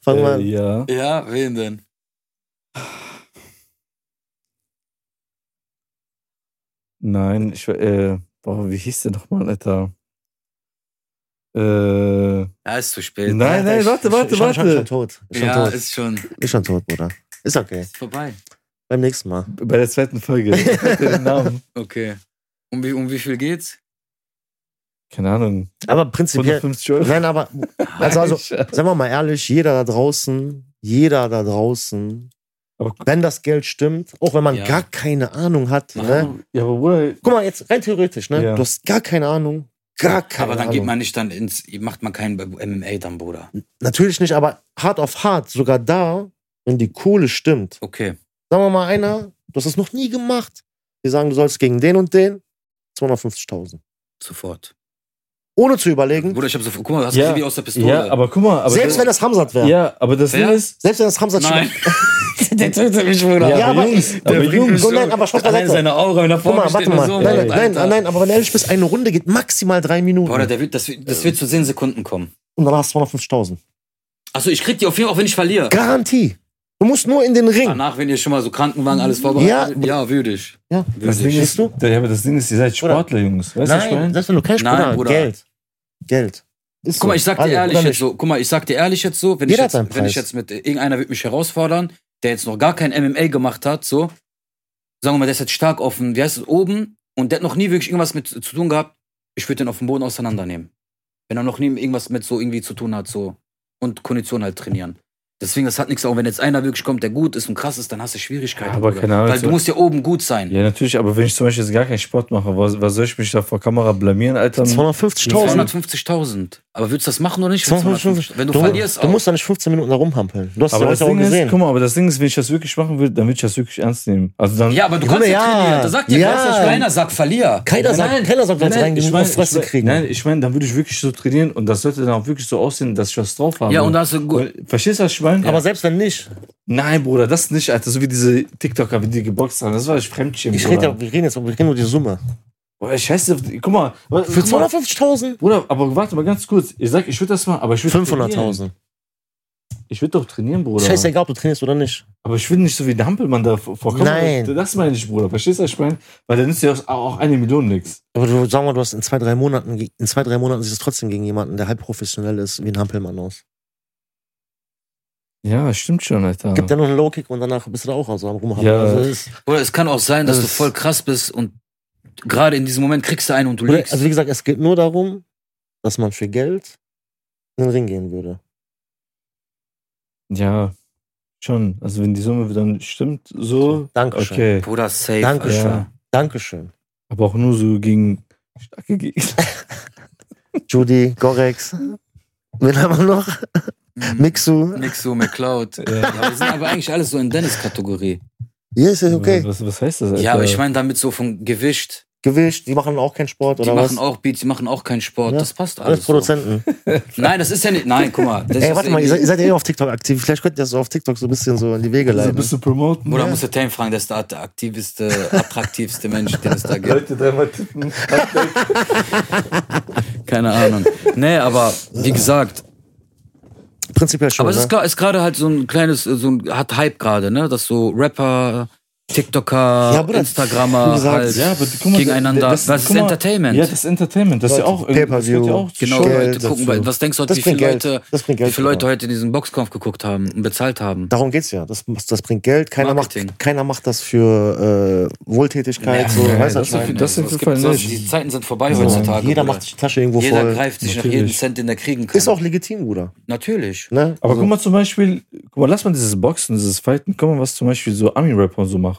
Fang mal Äh, an. ja. ja, wen denn? Nein, ich... Äh, boah, wie hieß der nochmal, Alter? Äh... Ja, ist zu spät. Nein, nein, warte, warte, ich, ich, Ich, ich, ich, warte. schon tot. Ich schon ja, tot. ist schon ich schon tot, Bruder. Ist okay. ist vorbei. Beim nächsten Mal. Bei der zweiten Folge. Ich hab den Namen. Okay. Um wie, um wie viel geht's? Keine Ahnung. Aber prinzipiell. 150 Euro. Nein, aber also, also Scheiße. Sagen wir mal ehrlich, jeder da draußen, jeder da draußen, Aber- wenn das Geld stimmt, auch wenn man Ja. gar keine Ahnung hat, ne? Ja, aber Bruder, Guck mal, jetzt rein theoretisch, ne? Ja. Du hast gar keine Ahnung. Gar keine Aber dann Ahnung. geht man nicht dann ins, macht man keinen MMA dann, Bruder. Natürlich nicht, aber hart auf hart, sogar da, wenn die Kohle stimmt. Okay. Sagen wir mal einer, du hast es noch nie gemacht. Wir sagen, du sollst gegen den und den 250.000. Sofort. Ohne zu überlegen, Bruder, ich hab so. Guck mal, du hast Ja. gesehen wie aus der Pistole. Ja, aber guck mal, aber halt. selbst wenn das Hamzat wäre. Ja, aber das Wer? Ding ist. Selbst wenn das Hamzat Nein. stimmt. der tötet mich, Bruder. Ja, aber Jungs, Der aber bringt Jungs, mich Oh nein, aber Spaß Allein beiseite. seine Aura, wenn er Guck vor mir mal, warte steht. mal. So, nein, Alter. nein, nein, nein, aber wenn du ehrlich bist, eine Runde geht maximal drei Minuten. Bruder, der wird, das, wird- das wird zu 10 Sekunden kommen. und dann hast du 250.000. Achso, ich krieg die auf jeden Fall, auch wenn ich verliere. Garantie. Du musst nur in den Ring. Danach, wenn ihr schon mal so Krankenwagen alles vorbereitet. Ja, ja würde ich. Ja. Würde Das Ding ich. ist, Verstehst ja, aber das Ding ist, ihr seid Sportler, Jungs. Weißt du, was ich meine? selbst wenn du Cash Nein, Bruder, Bruder. Geld. Geld. Ist Guck mal, ich sag dir Alle, ehrlich Also, oder jetzt nicht? so, guck mal, ich sag dir ehrlich jetzt so, wenn, ich Jeder jetzt, hat seinen wenn ich Preis. jetzt mit äh, irgendeiner wird mich herausfordern, der jetzt noch gar kein MMA gemacht hat, so, sagen wir mal, der ist jetzt stark offen, wie heißt es, oben und der hat noch nie wirklich irgendwas mit zu tun gehabt, ich würde den auf dem Boden auseinandernehmen. Wenn er noch nie irgendwas mit so irgendwie zu tun hat, so und Kondition halt trainieren. Deswegen, das hat nichts, auch wenn jetzt einer wirklich kommt, der gut ist und krass ist, dann hast du Schwierigkeiten. Ja, aber Bruder. keine Ahnung, Weil du so- musst ja oben gut sein. Ja, natürlich, aber wenn ich zum Beispiel jetzt gar keinen Sport mache, was, was soll ich mich da vor Kamera blamieren, Alter? 250.000. 250.000. Aber würdest du das machen oder nicht? 250. Wenn du, du verlierst, oh. du auch. musst da nicht 15 Minuten da rumhampeln. Du hast Aber das das heute auch Ding ist, gesehen. guck mal, aber das Ding ist, wenn ich das wirklich machen würde, dann würde ich das wirklich ernst nehmen. Also dann. ja, aber du kannst Junge, ja ja. trainieren. Da sagt ja, Ja. ja. keiner sagt Verlierer. keiner sagt, Nein, keiner sagt, wenn es reingehen, mein- auf Fresse mein- kriegen. Nein, ich meine, dann würde ich wirklich so trainieren und das sollte dann auch wirklich so aussehen, dass ich was drauf habe. Ja, und da hast du gut. Weil- Verstehst du, was ich meine? Aber selbst wenn nicht, nein, Bruder, das nicht, Alter. So wie diese TikToker, wie die geboxt haben. Das war ich Fremdschirm. ich rede, ja- wir reden jetzt wir reden nur die Summe. Boah, scheiße. Guck mal. Für guck mal. 250.000? Bruder, aber warte mal ganz kurz. Ich sag, ich würde das mal, aber ich würde. 500.000. Ich würde doch trainieren, Bruder. Scheißegal, ob du trainierst oder nicht. Aber ich will nicht so wie der Hampelmann da vor vor Kamera. Nein. Das meine ich, Bruder. Verstehst du, was ich meine? Weil dann nützt dir auch- auch eine Million nichts. Aber du sag mal, du hast in zwei, drei Monaten, ge- in zwei, drei Monaten sieht es trotzdem gegen jemanden, der halb professionell ist, wie ein Hampelmann aus. Ja, stimmt schon, Alter. Gibt ja noch einen Low-Kick und danach bist du da auch aus am Rumhampeln. Ja. Also, es- Oder es kann auch sein, dass Das du ist- voll krass bist und gerade in diesem Moment kriegst du einen und du Oder- liegst. also wie gesagt, es geht nur darum, dass man für Geld in den Ring gehen würde. Ja, schon. Also wenn die Summe dann stimmt, Oh. so. Dankeschön. Okay. Bruder, safe. Dankeschön. Alter. Dankeschön. Aber auch nur so gegen starke Gegner. Judy, Gorex. Wen haben wir noch? Mhm. Mixu. Mixo, McCloud. Ja. Ja, wir sind aber eigentlich alles so in Dennis-Kategorie. Ja, ist ja okay. Was, was heißt das, Alter? Ja, aber äh, ich meine damit so von Gewicht. Gewicht, die machen auch keinen Sport Die oder was? machen auch Beats, die machen auch keinen Sport. Ja, Das passt alles. Alles Produzenten. So. Nein, das ist ja nicht. Nein, guck mal. Das Ey, ist warte mal, ihr irgendwie- seid, ihr seid ja eh auf TikTok aktiv. Vielleicht könnt ihr das so auf TikTok so ein bisschen so in die Wege Also leiten. bist du promoten? Oder Ja. musst du Tame fragen, der ist der der aktivste, attraktivste Mensch, den es da gibt. Leute dreimal tippen. Keine Ahnung. Nee, aber wie gesagt, Prinzipiell schon. aber es ist, ne? klar- ist gerade halt so ein kleines, so ein, hat Hype gerade, ne? Dass so Rapper, TikToker, Ja, Bruder, Instagrammer wie gesagt, halt Ja, aber guck mal, gegeneinander. Das, ist guck mal, Entertainment. Ja, das ist Entertainment. Das ist ja Leute, auch irgendwie- das Pay-per-view. wird ja auch zu genau, Show. Geld Leute gucken, dazu. weil was denkst du, Das wie viele bringt Geld. Leute, Das bringt wie Geld. viele Leute genau. heute in diesen Boxkampf geguckt haben und bezahlt haben? Darum geht's ja. Das, das bringt Geld. Keiner macht, Marketing. keiner keiner macht das für äh, Wohltätigkeit. Ja, so, nee, weißt das du, was ich meine? sind- das Was sind auf jeden gibt's Fall sonst? nicht. Die Zeiten sind vorbei Nein. heutzutage. Jeder Bruder. macht die Tasche irgendwo Jeder voll. greift sich nach Natürlich. jedem Cent, den er kriegen kann. Ist auch legitim, Bruder. Natürlich. Ne? Aber Also, guck mal zum Beispiel, guck mal, lass mal dieses Boxen, dieses Fighten, guck mal, was zum Beispiel so Ami-Rapper und so machen.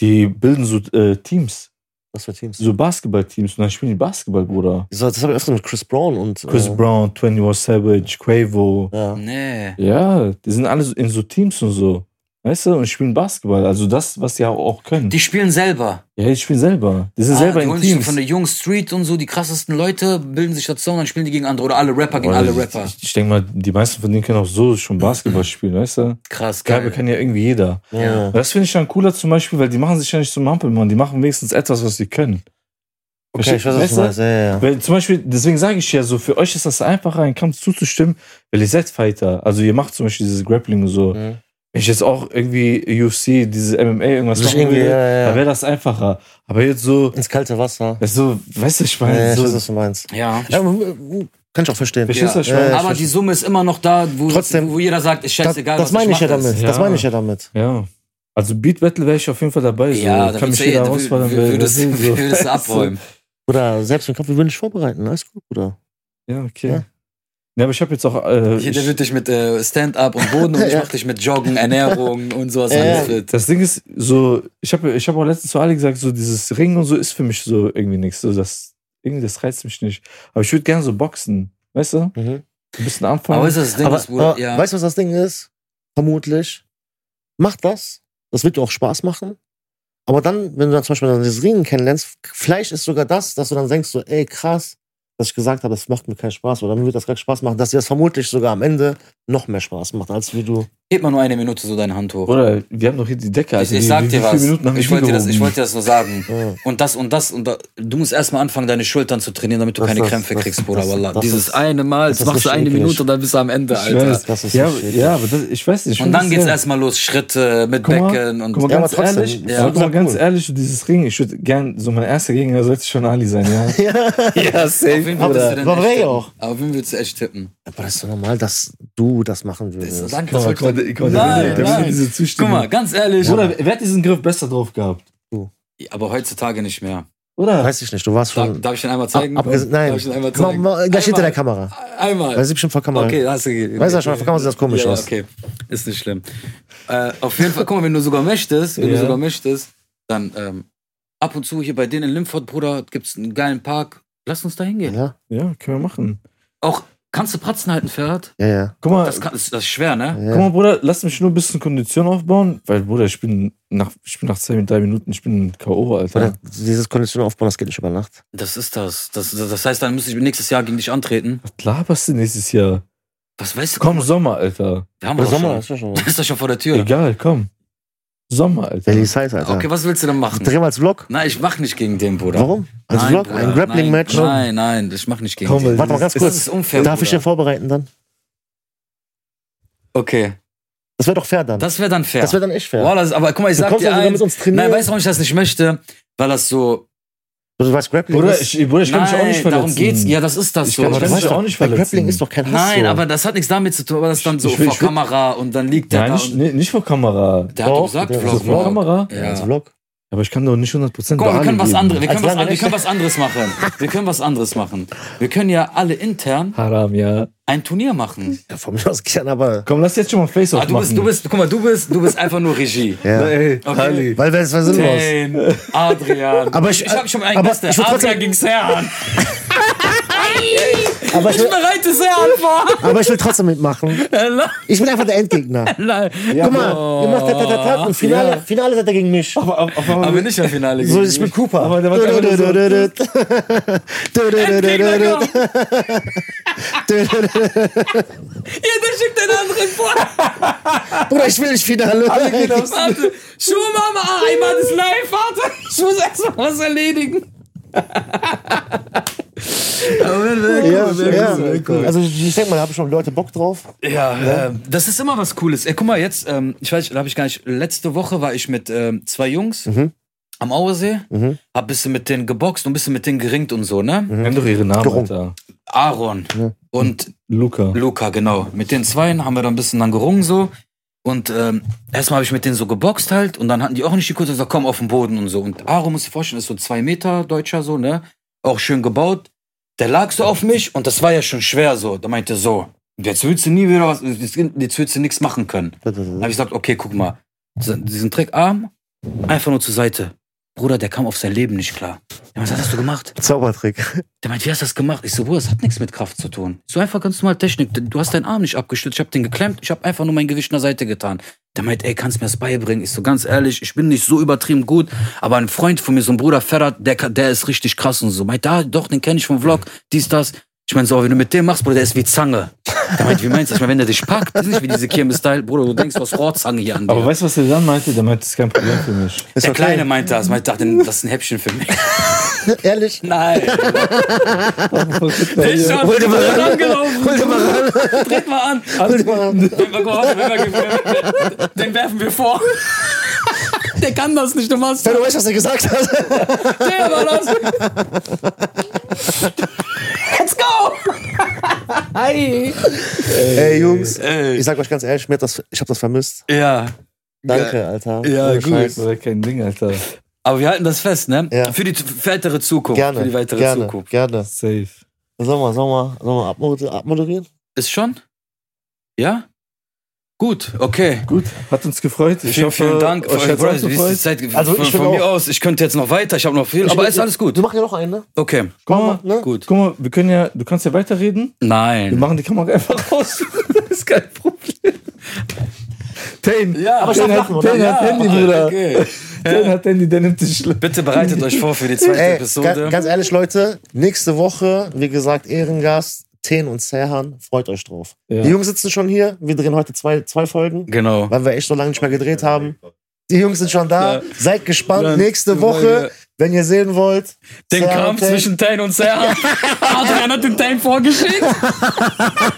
Die bilden so äh, Teams, was für Teams. so Basketball-Teams und dann spielen die Basketball, Bruder. So, das habe ich öfter mit Chris Brown und. Chris äh, Brown, 21 Savage, Quavo. Ja. Nee. Ja, die sind alle so in so Teams und so. Weißt du, und spielen Basketball. Also das, was die auch- auch können. Die spielen selber. ja, die spielen selber. Die sind Ah, selber die in holen sich Teams. Von der jungen Street und so, die krassesten Leute bilden sich dazu und dann spielen die gegen andere. Oder alle Rapper gegen Boah, alle ich- Rapper. Ich, ich denke mal, die meisten von denen können auch so schon Basketball spielen, weißt du? Krass, Geil, geil. kann ja irgendwie jeder. Ja. Das finde ich dann cooler zum Beispiel, weil die machen sich ja nicht zum Hampelmann, die machen wenigstens etwas, was sie können. Okay, ich weiß, was Weißt du du? meinst. Ja, ja, ja. Weil zum Beispiel, deswegen sage ich ja so, für euch ist das einfacher, einen Kampf zuzustimmen, weil ihr seid Fighter. Also ihr macht zum Beispiel dieses Grappling und so. Mhm. Wenn ich jetzt auch irgendwie UFC, dieses MMA, irgendwas Sich machen irgendwie, würde, ja, ja, dann ja. wäre das einfacher. Aber jetzt so, Ins kalte Wasser. das ist so weißt du, ich Ja, meine, ja, ich so, weiß, was du meinst. Ja. Ja, äh, kann ich auch verstehen. verstehst du, was ich Ja, meine? ja, Aber die Summe ist immer noch da, wo, Trotzdem- wo jeder sagt, ist Das, scheißegal, das was meine ich ja mache, damit. ist- Das Ja. meine ich ja damit. Ja. Also Beat Battle wäre ich auf jeden Fall dabei. So. Ja, da kann mich würdest du eh- jeder da wür- ausfallen. wür- würdest du würdest du abräumen. Oder selbst im Kopf, wir würden dich vorbereiten. Alles gut, Bruder. Ja, okay. Ja. Ja, aber ich habe jetzt auch. Äh, Hier, der ich, wird dich mit äh, Stand-up und Boden und ich Ja. mach dich mit Joggen, Ernährung und sowas Ja, ja. alles fit. das Ding ist so, ich habe ich hab auch letztens zu Ali gesagt, so dieses Ring und so ist für mich so irgendwie nichts. So das, irgendwie, das reizt mich nicht. Aber ich würde gerne so boxen. Weißt du? Mhm. Ein bisschen anfangen. Aber ist das Ding, aber, das wurde, aber ja. weißt du, was das Ding ist? Vermutlich. Mach das. Das wird dir auch Spaß machen. Aber dann, wenn du dann zum Beispiel dann dieses Ringen kennenlernst, vielleicht ist sogar das, dass du dann denkst so, ey, krass, dass ich gesagt habe, das macht mir keinen Spaß oder mir wird das gar keinen Spaß machen, dass dir das vermutlich sogar am Ende noch mehr Spaß macht, als wie du. Heb mal nur eine Minute so deine Hand hoch. Oder wir haben doch hier die ich, Decke. Also ich wie- wie, sag wie dir viele was. Minuten haben Ich wir die wollte, dir das, ich gehoben? wollte dir das nur sagen. Ja. Und das und das und da, du musst erstmal anfangen, deine Schultern zu trainieren, damit du Das- keine das- Krämpfe das- kriegst, Bruder. das- Wallah. das Dieses ist- eine Mal, das das ist machst du richtig eine eklig. Minute und dann bist du am Ende, Ich Alter. weiß, Das ist ja, nicht schön. ja, aber das, ich weiß nicht. ich Und find dann das geht's geil. erstmal los, Schritte mit Guck mal, Becken und Guck mal, Ja, ganz aber trotzdem, ehrlich, ja. aber guck mal, Ja, ganz cool. ehrlich, so dieses Ring, ich würde gern, so mein erster Gegner sollte schon Ali sein, ja. ja, auf wen würdest du denn Aber echt wer ja tippen? auch. Auf wen würdest du echt tippen? Aber das ist doch normal, dass du das machen Das, würdest. danke, Guck das mal, wollte- guck mal, guck mal, der Nein, will- der will nein. diese Zustimmung. Guck mal, ganz ehrlich. Bruder, wer hat diesen Griff besser drauf gehabt? Aber heutzutage nicht mehr. Oder? Weiß ich nicht, du warst Darf, schon. darf ich den einmal zeigen? Abges- also, nein. Darf ich den einmal Ma- zeigen? ma- Gleich hinter der Kamera. Einmal. Weiß ich bestimmt vor Kamera. Okay, hast du. Weißt du schon, auf der Kamera sieht das komisch ja, ja, aus. Okay, ist nicht schlimm. Äh, auf jeden Fall, guck mal, wenn du sogar möchtest, wenn du Ja. sogar möchtest, dann ähm, ab und zu hier bei denen in Limford, Bruder, gibt's einen geilen Park. Lass uns da hingehen. Ja, Ja, können wir machen. Auch kannst du Pratzen halten, Ferhat? ja, ja. Guck mal, Das, kann, das, das ist schwer, ne? guck ja. mal, Bruder, lass mich nur ein bisschen Kondition aufbauen, weil, Bruder, ich bin nach, ich bin nach zwei, drei Minuten, ich bin K.O., Alter. Oder dieses Kondition aufbauen, das geht nicht über Nacht. Das ist das. das. Das heißt, dann müsste ich nächstes Jahr gegen dich antreten. Was laberst du nächstes Jahr? Was weißt du? Komm, Sommer, Alter. wir haben Oder doch Sommer, Schon. ist ja schon. Das ist doch schon vor der Tür. Egal, komm. Sommer, Alter. Daily Size, Alter. Okay, was willst du denn machen? Dreh mal als Vlog. Nein, ich mach nicht gegen den, Bruder. Warum? Also Als nein, Vlog? Bruder, ein Grappling-Match? Warte Nein, nein, nein, ich mach nicht gegen ne? Komm, den. weil- mal ganz Das ist kurz. unfair. Darf ich Bruder. den vorbereiten dann? Okay. Das wäre doch fair dann. Das wäre dann fair. Das wäre dann echt fair. Boah, das, aber guck mal, ich Du sag kommst dir also dann eins. mit uns trainieren. Nein, ne? weißt du, warum ich das nicht möchte? Weil das so. du weißt, Grappling Bruder, ist- ich, Bruder, ich kann nein, mich auch nicht verletzen. darum geht's. Ja, das ist das Ich so. kann aber Das ist- mich kann du weißt ich doch, auch nicht bei verletzen. Grappling ist doch kein Hass. nein, so. aber das hat nichts damit zu tun, aber das dann Ich- so ich will- vor ich will- Kamera und dann liegt der Nein, da. nicht, und, nee, nicht vor Kamera. der hat Doch, doch gesagt, der ist Also Vlog. vor Vlog. Kamera? Ja. Als Vlog. Aber ich kann doch nicht 100% Guck mal, wir Dale können was geben. anderes, wir können Als was, an- wir Langenechte. können was anderes machen. Wir können was anderes machen. Wir können ja alle intern Haram, ja. ein Turnier machen. Ja, von mir aus gern, aber. Komm, lass jetzt schon mal Face-Off Ah, du bist, du bist, guck mal, du bist, du bist einfach nur Regie. Ja. Ey, Okay. Ali. Weil das war sinnlos. Dane, Adrian. Aber ich- ich habe schon einen aber Gast, der ich würd trotzdem- Adrian ging Serhan. Aber ich, Ich will, bereite Serhan vor. aber ich will trotzdem mitmachen. Ich bin einfach der Endgegner. Nein. Guck mal, ihr macht tat, tat, tat, tat, und Finale, Finale seid ihr gegen mich. Aber, aber, aber, Aber nicht im Finale. So, gegen ich mich. bin Cooper. Aber der war Du, du, einfach du, nur so- du, du, du. Du, du, du, du, Gegner, du, komm. du, du, du. Jeder schickt den anderen vor. Bruder, ich will nicht Finale. Warte. Schuhmama, ah, einmal das live. Warte, ich muss erstmal was erledigen. Ja, ja. Also ich denke mal, da haben schon Leute Bock drauf. Ja, ähm, das ist immer was Cooles. Ey, guck mal, jetzt, ähm, ich weiß, da habe ich gar nicht. Letzte Woche war ich mit ähm, zwei Jungs am Auersee, hab ein bisschen mit denen geboxt und ein bisschen mit denen geringt und so, ne? Nenn doch ihre Namen, Gerung. Alter. Aaron und Luca. Luca, genau. Mit den Zweien haben wir dann ein bisschen dann gerungen so. Und ähm, erstmal habe ich mit denen so geboxt halt und dann hatten die auch nicht die Kurse, gesagt, komm auf den Boden und so. Und Aro, muss dir vorstellen, ist so zwei Meter Deutscher so, ne? Auch schön gebaut. Der lag so auf mich und das war ja schon schwer so. Da meinte er so, jetzt willst du nie wieder was, jetzt, jetzt willst du nichts machen können. Dann habe ich gesagt, okay, guck mal, diesen Trick Arm, einfach nur zur Seite. Bruder, der kam auf sein Leben nicht klar. Ja, was hast du gemacht? Zaubertrick. Der meint, wie hast du das gemacht? Ich so, Bruder, das hat nichts mit Kraft zu tun. So einfach ganz normal Technik. Du hast deinen Arm nicht abgestützt, ich hab den geklemmt, ich hab einfach nur mein Gewicht nach Seite getan. Der meint, ey, kannst mir das beibringen? Ich so, ganz ehrlich, ich bin nicht so übertrieben gut, aber ein Freund von mir, so ein Bruder Ferrat, der, kann- der ist richtig krass und so. Meint, da, doch, den kenne ich vom Vlog, dies, das. Ich meine, so, wenn du mit dem machst, Bruder, der ist wie Zange. Der meint, wie meinst du? Ich meine, wenn der dich packt, ist nicht wie diese Kirmes-Style, Bruder, du denkst, du hast Rohrzange hier an dir. Aber weißt du, was er dann meinte? Der meinte, das ist kein Problem für mich. Ist der okay. Kleine meint das, meint, ich dachte, das ist ein Häppchen für mich. Ehrlich? Nein. Der ist schon Hol dir mal ran. rangelaufen. Hol dir mal ran. Tritt mal an. Hol dir mal ran. Wenn wir gehofft, wenn wir, wenn wir, den werfen wir vor. Der kann das nicht, du machst Wenn du weißt, was er gesagt hat. Der war das. Let's go! Hi! Ey, Jungs. Ich sag euch ganz ehrlich, mir hat das, ich habe das vermisst. Ja. Danke, Alter. Ja, Ohne gut. Scheiß. Das ist kein Ding, Alter. Aber wir halten das fest, ne? Ja. Für die t- weitere Zukunft. Gerne. Für die weitere gerne, Zukunft. gerne. Safe. Sollen wir, sollen wir, sollen wir abmoder- abmoderieren? Ist schon? Ja? Gut, okay. Gut, hat uns gefreut. Ich vielen, hoffe, vielen Dank. Euch hat's Bro, auch wie ist die gefreut. Zeit? Also, von ich von will mir auch- aus, ich könnte jetzt noch weiter, ich habe noch viel, Ich- aber ist alles gut. Du machst ja noch einen, ne? Okay. Guck mal, ne? Gut. guck mal, wir können ja, du kannst ja weiterreden. Wir Nein. machen die Kamera einfach aus. das ist kein Problem. Tane. Ja, Genau. Aber ich Tane darf hat, lachen, oder? Tane hat Handy, Bruder. Okay. Tane hat Handy, der nimmt den Schlimm. Bitte bereitet euch vor für die zweite Ey, Episode. ga- ganz ehrlich, Leute, nächste Woche, wie gesagt, Ehrengast, Ten und Serhan, freut euch drauf. Ja. Die Jungs sitzen schon hier, wir drehen heute zwei, zwei Folgen, genau. weil wir echt so lange nicht mehr gedreht haben. Die Jungs sind schon da, Ja. seid gespannt. Dann- nächste Woche, wenn ihr sehen wollt. Den Serhan, Kampf Ten. zwischen Tain und Serhan. Adrian hat den Tain vorgeschickt.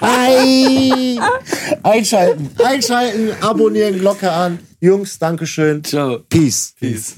Ei. Einschalten, einschalten, abonnieren, Glocke an. Jungs, Dankeschön. Ciao. Peace. Peace.